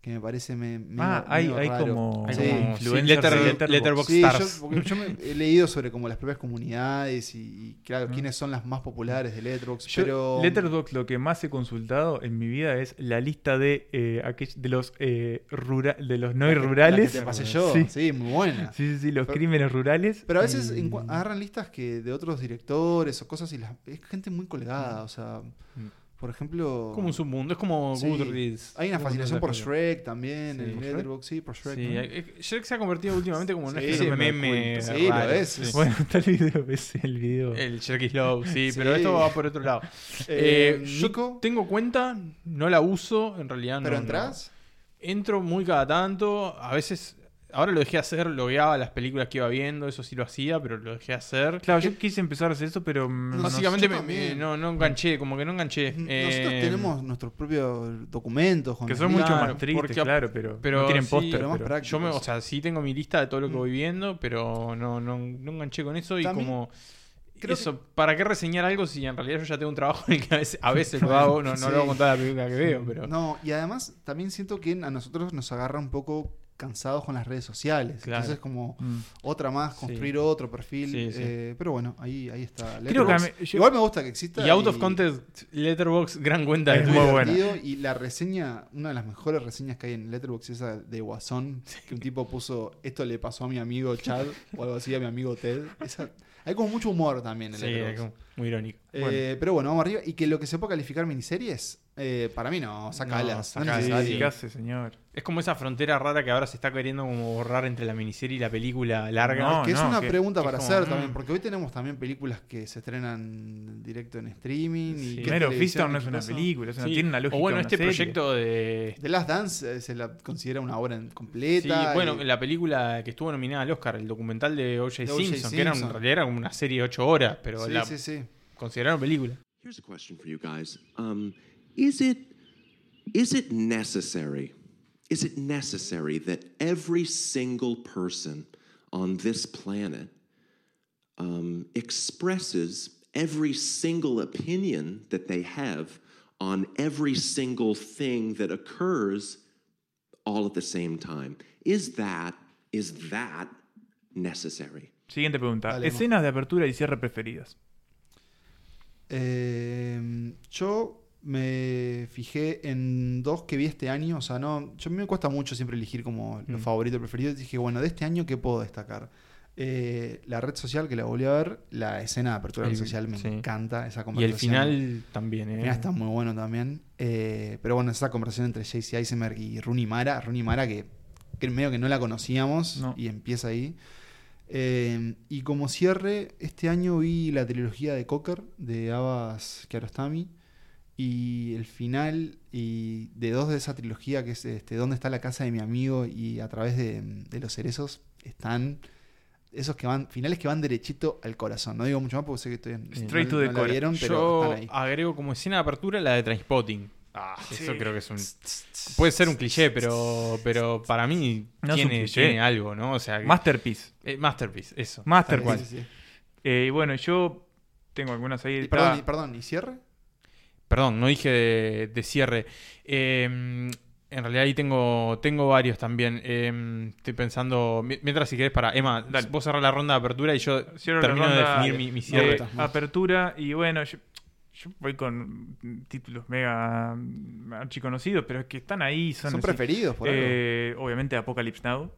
que me parece me, medio-
Ah, hay,
medio
hay
raro.
como,
Hay
como
como-
sí,
influencers de
letter-
Letterboxd.
Letterboxd.
Sí,
Rockstars.
yo, porque yo me- he leído sobre como las propias comunidades y, y claro, quiénes son las más populares de Letterboxd,
Mm. Yo,
pero...
Letterboxd lo que más he consultado en mi vida es la lista de eh, aquel- de los eh, rura- de los no
La que- la
rurales.
que te pasé yo,
Sí,
sí, muy buena.
sí, sí, sí, los
Pero-
crímenes rurales.
Pero a veces
Eh,
ah.
y-
encu- agarran listas que de otros directores o cosas y las, es gente muy colgada. O sea,
Mm.
por ejemplo,
Como un submundo, es como
Sí.
Goodreads.
hay una fascinación por
Goodreads.
Shrek también,
Sí.
en
¿Por Shrek?
Letterboxd, sí, por Shrek.
Sí,
¿no?
hay- eh, Shrek se ha convertido últimamente como en una
Sí,
especie de
me
meme.
culto. Sí, lo
raro,
es,
sí.
es-
Bueno, está el video, ves el video.
El Shrek is Love, sí,
Sí.
pero esto va por otro lado.
Eh,
Eh, yo
Nico,
tengo cuenta, no la uso, en realidad no.
¿pero
no.
entras?
Entro muy cada tanto, a veces. Ahora lo dejé hacer, logueaba las películas que iba viendo, eso sí lo hacía, pero lo dejé hacer.
Claro, yo quise empezar a hacer eso, pero mm, no sé.
Básicamente
yo
me-
también.
me- no, no enganché, como que no enganché.
Nosotros
Eh,
tenemos nuestros propios documentos. Con
que
las
son
listas.
mucho
Claro,
más tristes,
porque-
claro, pero,
pero
no tienen
sí,
póster.
pero más
pero-
práctico.
Yo me, o sea, sí tengo mi lista de todo
Mm.
lo que voy viendo, pero no, no, no enganché con eso y
También
como
creo
eso, ¿para qué reseñar algo si en realidad yo ya tengo un trabajo en el que a veces, a veces lo hago, no, no lo hago con toda la película que veo, pero
No, y además también siento que a nosotros nos agarra un poco cansados con las redes sociales.
Claro.
Entonces, como
Mm.
otra más, construir otro perfil.
Sí, sí.
eh, pero bueno, ahí, ahí está.
Creo que a mí-
Letterboxd.
yo-
Igual me gusta que exista.
y out of context Letterbox gran cuenta de
Es
muy
muy
Twitter.
buena.
divertido, Y la reseña, una de las mejores reseñas que hay en Letterboxd es esa de Guasón, que un tipo puso, esto le pasó a mi amigo Chad o algo así, a mi amigo Ted. Esa- hay como mucho humor también en
Sí,
Letterboxd.
como muy irónico.
Eh, Pero bueno, vamos arriba. Y que lo que se pueda calificar miniseries, eh, para mí no, sacalas. No, es
sacalas,
necesario.
Sí, ¿Qué hace, señor?
Es como esa frontera rara que ahora se está queriendo como borrar entre la miniserie y la película larga.
No,
que es una
que- ah.
pregunta
que
para
es como,
hacer
mm.
también, porque hoy tenemos también películas que se estrenan directo en streaming. Y
Sí.
que
Primero,
televisión
Fistown no es una
exitosa.
película, es una-
Sí.
tiene una lógica.
o bueno,
una
este
serie.
proyecto de...
The Last Dance eh, se la considera una obra en-
Sí,
completa.
bueno,
y-
la película que estuvo nominada al Oscar, el documental de O.J.
De
Simpson,
O.J.
que era, en
Simpson.
realidad era como una serie de 8 horas, pero
sí,
la
sí, sí.
consideraron película.
Here's a question for you guys. Um, is it is it necessary? Is it necessary that every single person on this planet um, expresses every single opinion that they have on every single thing that occurs all at the same time? Is that is that necessary?
Siguiente pregunta.
Dale,
Escenas de apertura y cierre preferidas.
Eh, yo me fijé en dos que vi este año. O sea, no. Yo a mí me cuesta mucho siempre elegir como
Mm.
lo favorito, preferido. Dije, bueno, de este año, ¿qué puedo destacar? Eh, la red social que la volví a ver, la escena de apertura de
El-
red social me
sí.
encanta esa
Y el
conversación.
final también, ¿eh?
El final está muy bueno también. Eh, pero bueno, esa conversación entre JC Eisenberg y Rooney Mara. Rooney Mara que, que medio que no la conocíamos
No.
y empieza ahí. Eh, y como cierre, este año vi la trilogía de Cocker de Abbas Kiarostami. Y el final y de dos de esa trilogía, que es este, ¿Dónde está la casa de mi amigo? y a través de, de los cerezos, están esos que van finales que van derechito al corazón. No digo mucho más porque sé que estoy en.
Straight
no-
to the
no la
core.
vieron, pero
Yo
están ahí.
agrego como escena de apertura la de Trainspotting. Ah, Eso
sí.
creo que es un... Puede ser un cliché, pero, pero para mí
No es un
tiene,
cliché.
tiene algo, ¿no? O sea, que-
Masterpiece.
eh, Masterpiece, eso.
Tal
Masterpiece.
cual.
Eh, y bueno, yo tengo algunas ahí.
Y
está-
perdón, y, perdón, ¿y cierre?
Perdón, no dije de, de cierre. Eh, En realidad ahí tengo, tengo varios también. Eh, estoy pensando. mi- Mientras si querés, para Emma, vos cerrás la ronda de apertura y yo
Cierro la
termino de
ronda eh,
definir mi, mi cierre. Ah.
apertura y bueno, yo, yo voy con títulos mega mm, archiconocidos, pero es que están ahí. Son,
Son
así.
preferidos por
Eh, Obviamente Apocalypse Now,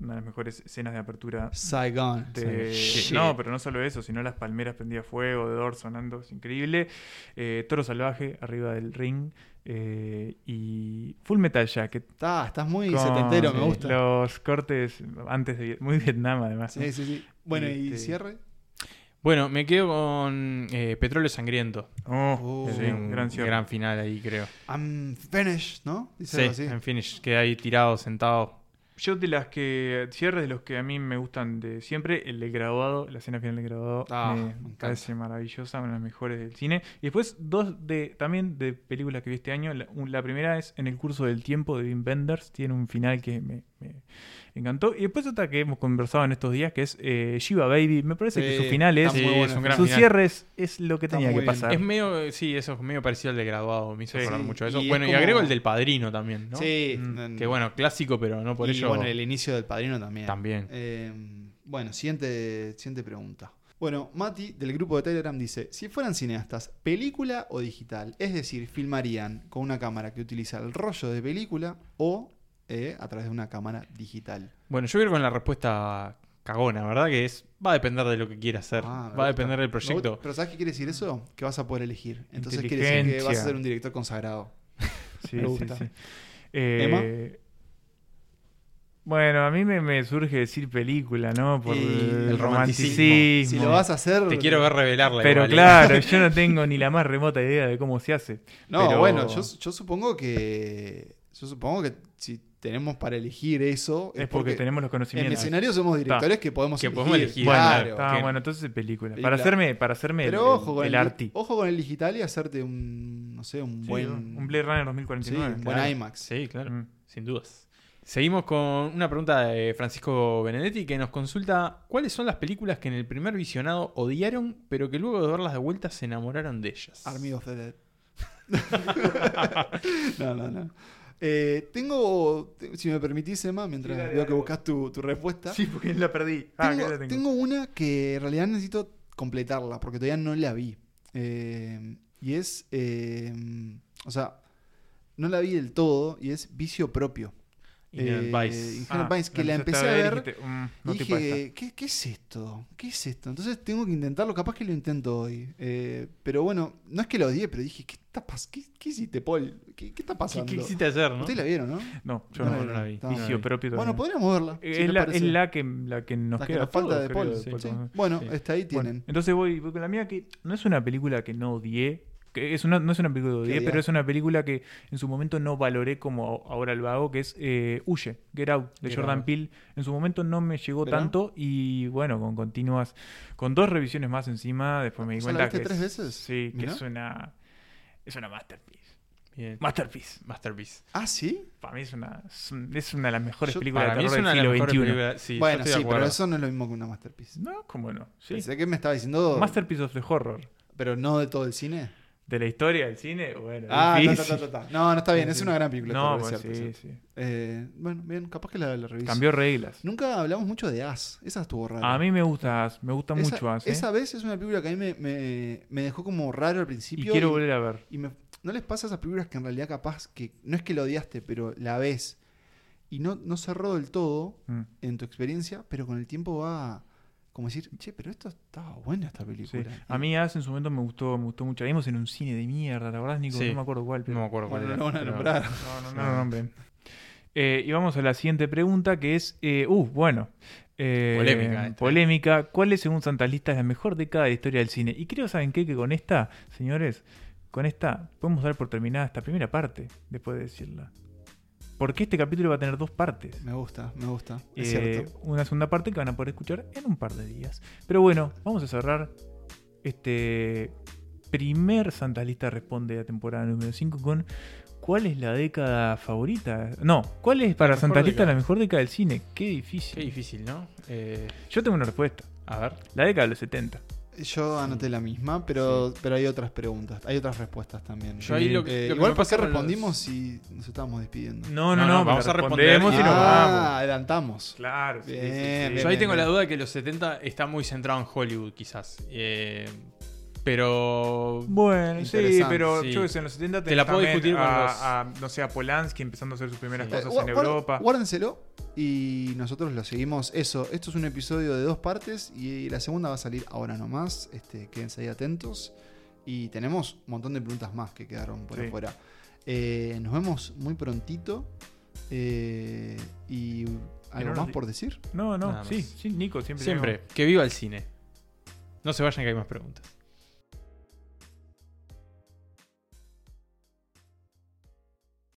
una de las mejores escenas de apertura.
Saigon.
de-
Shit.
Eh, no, pero no solo eso, sino las palmeras prendidas a fuego, de Dor sonando, es increíble. Eh, Toro Salvaje arriba del ring. eh, y Full Metal Jacket.
Está- estás muy
con eh,
setentero, me gusta.
Los cortes antes de. Viet- Muy Vietnam, además. ¿no?
Sí, sí, sí. Bueno, ¿y
Este,
cierre?
Bueno, me quedo con eh, Petróleo Sangriento.
Oh,
Es
sí,
Uh, un
gran cierre.
gran final ahí, creo.
I'm finished, ¿no? Dice
Sí,
algo así.
en finish, queda ahí tirado, sentado.
Yo de las que cierres de los que a mí me gustan de siempre, el de graduado, la escena final del graduado
Ah, me
me,
encanta.
parece maravillosa, una de las mejores del cine. Y después dos de también de películas que vi este año. La, un- la primera es En el curso del tiempo de Wim Wenders, tiene un final que me, me encantó. Y después otra que hemos conversado en estos días que es eh, Shiva Baby. Me parece que
Sí,
su final es,
está muy
Sí,
bueno,
su-
es un gran
su
final.
cierre es, es lo que
Está
tenía
muy
que
bien.
pasar.
Es medio, eh, sí, eso es medio parecido al de graduado, me hizo
Sí.
acordar mucho de eso.
Y es
bueno, y
como-
agrego el del padrino también, ¿no?
Sí.
Mm,
en-
Que bueno, clásico, pero no por
y
ello.
bueno, el inicio del padrino también.
También.
Eh, bueno, siguiente, siguiente pregunta. Bueno, Mati del grupo de Telegram dice, si fueran cineastas, película o digital, es decir, filmarían con una cámara que utiliza el rollo de película o eh, a través de una cámara digital.
Bueno, yo creo con la respuesta cagona, ¿verdad? Que es, va a depender de lo que quiera hacer.
Ah, me
va a
gusta.
depender del
Me
proyecto.
gusta- Pero ¿sabes qué quiere decir eso? Que vas a poder elegir. Entonces quiere decir que vas a
Inteligencia.
ser un director consagrado.
Sí,
Me
sí,
gusta.
sí. Eh, Bueno, a mí me, me surge decir película, ¿no? Por
Y
el,
el
romanticismo.
romanticismo.
Si lo vas a hacer...
Te quiero ver revelarla.
Pero
igual, ¿eh?
claro, yo no tengo ni la más remota idea de cómo se hace.
No,
Pero-
bueno, yo, yo supongo que... Yo supongo que si tenemos para elegir eso...
Es porque tenemos los
En
conocimientos.
escenario somos directores que podemos
Que
elegir.
podemos elegir,
Bueno,
claro.
claro.
está
que-
bueno, entonces película.
Película.
Para hacerme, para hacerme el-
Pero
el,
ojo con
el
el,
arti.
ojo con el digital y hacerte un, no sé, un
Sí,
buen...
un Blade Runner
sí,
2049.
un
claro.
buen IMAX.
Sí, claro.
Mm.
Sin dudas. Seguimos con una pregunta de Francisco Benedetti que nos consulta cuáles son las películas que en el primer visionado odiaron, pero que luego de verlas de vuelta se enamoraron de ellas.
Army of the Dead. no, no, no. Eh, tengo, si me permitís, Emma, mientras
Sí, dale,
veo
dale,
que
vos.
buscas tu, tu respuesta.
Sí, porque la perdí. Ah,
tengo,
acá la tengo.
tengo una que en realidad necesito completarla porque todavía no la vi. Eh, y es, eh, o sea, no la vi del todo y es Vicio Propio.
Inherent
Eh,
Vice. Ah,
Ah,
Inherent Vice, que la empecé
empezaste
a ver.
y dijiste, "Mm, no
Y
te pasa.
dije, ¿qué, qué es esto? ¿Qué es esto? Entonces tengo que intentarlo, capaz que lo intento hoy. Eh, pero bueno, no es que lo odié, pero dije, ¿qué está pas qué, qué hiciste, Paul? ¿Qué, qué está
¿Qué,
pasando?
qué quisiste hacer, no?
Ustedes la vieron, ¿no?
No, yo
No,
no.
no, no la vi.
Vicio
No la vi.
propio
Bueno,
todavía.
podríamos verla. si
es,
les
la,
parece.
es la que, la que nos
La que
queda
nos falta
todos,
de
creo,
Paul.
después,
sí.
¿no?
Bueno,
Sí.
está ahí
Bueno,
tienen.
entonces voy, voy con la mía que no es una película que no odié. Que es una, no es una película que odié,
odiás?
pero es una película que en su momento no valoré como ahora lo hago, que es eh, Huye, Get Out, de
Get
Jordan
Out.
Peele. En su momento no me llegó
¿Verdad?
tanto y bueno, con continuas, con dos revisiones más encima, después me di
O sea,
cuenta
¿la viste
que
tres
es-
veces?
Sí, que
Mirá.
es una, es una masterpiece.
Bien.
Masterpiece.
Masterpiece.
Ah, sí.
Para mí es una, es un- es una de las mejores películas
Para
de
mí es
terror
una de
del
las
siglo
mejores
XXI.
películas. Sí, yo
bueno,
estoy
sí,
de
pero
acuerdo.
eso no es lo mismo que una masterpiece.
No, cómo no. Sí.
Pensé que me estaba diciendo.
Masterpiece of the Horror.
Pero no de todo el cine.
De la historia del cine, bueno.
Ah, ta, ta,
difícil.
ta, ta, ta. no, no está bien. Es
Sí.
una gran película.
No,
es
bueno,
cierto, es cierto.
sí, sí. Pues
Eh, bueno, bien, capaz que la, la reviso.
Cambió reglas.
Nunca hablamos mucho de As. Esa estuvo rara.
A mí me gusta, As, me gusta mucho
esa,
As, ¿eh?
esa vez es una película que a mí me, me- me dejó como raro al
y
principio.
quiero volver a ver.
y me- ¿No les pasa esas películas que en realidad capaz que no es que la odiaste, pero la ves y no, no cerró del todo
Mm.
en tu experiencia, pero con el tiempo va como decir, che, pero esto estaba buena esta
Sí.
película.
A mí As en su momento me gustó, me gustó mucho. La vimos en un cine de mierda, ¿te acordás, Nico?
Sí.
No me acuerdo cuál, pero...
No me acuerdo cuál
Bueno,
era,
no la van a
pero-
nombrar.
No, no, no, no, hombre. Eh, y vamos a la siguiente pregunta que es, eh, uh, bueno, eh,
Polémica esta.
polémica. ¿Cuál es según Santa Lista la mejor década de la historia del cine? Y creo, ¿saben qué? Que con esta, señores, con esta podemos dar por terminada esta primera parte, después de decirla. Porque este capítulo va a tener dos partes.
Me gusta, me gusta.
Eh,
Es cierto.
Una segunda parte que van a poder escuchar en un par de días. Pero bueno, vamos a cerrar este primer Santa Lista Responde de la temporada número 5 con ¿Cuál es la década favorita? No, ¿cuál es para
mejor
Santa Lista
década.
la mejor década del cine? Qué difícil.
Qué difícil, ¿no? Eh,
Yo tengo una respuesta.
a ver.
La década de los 70.
Yo anoté la misma, pero, pero hay otras preguntas, hay otras respuestas también.
Yo ahí lo que-
Eh,
lo que
igual,
me
¿por qué
pasa con
respondimos si nos estábamos despidiendo?
No, no, No, no, no, vamos porque a responder respondemos y nos
Ah,
vamos.
adelantamos.
Claro, sí, sí,
Bien,
sí.
bien,
Yo ahí
bien,
tengo
bien.
la duda de que los 70 está muy centrado en Hollywood, quizás. Eh, pero.
Bueno, sí,
Interesante,
pero
sí.
yo qué sé, en los 70
Te la puedo
tenés
discutir con
también
los.
a, a, no sé, a Polanski empezando a hacer sus primeras
Eh,
cosas
guar-
en
guar-
Europa.
Guárdenselo y nosotros lo seguimos. Eso, esto es un episodio de dos partes y la segunda va a salir ahora nomás. Este, quédense ahí atentos. Y tenemos un montón de preguntas más que quedaron por
Sí.
afuera. Eh, nos vemos muy prontito. Eh, y
En
algo
unos
más
di-
por decir.
No, no,
Nada
sí,
más.
sí, Nico, siempre.
Siempre, que viva el cine. No se vayan que hay más preguntas.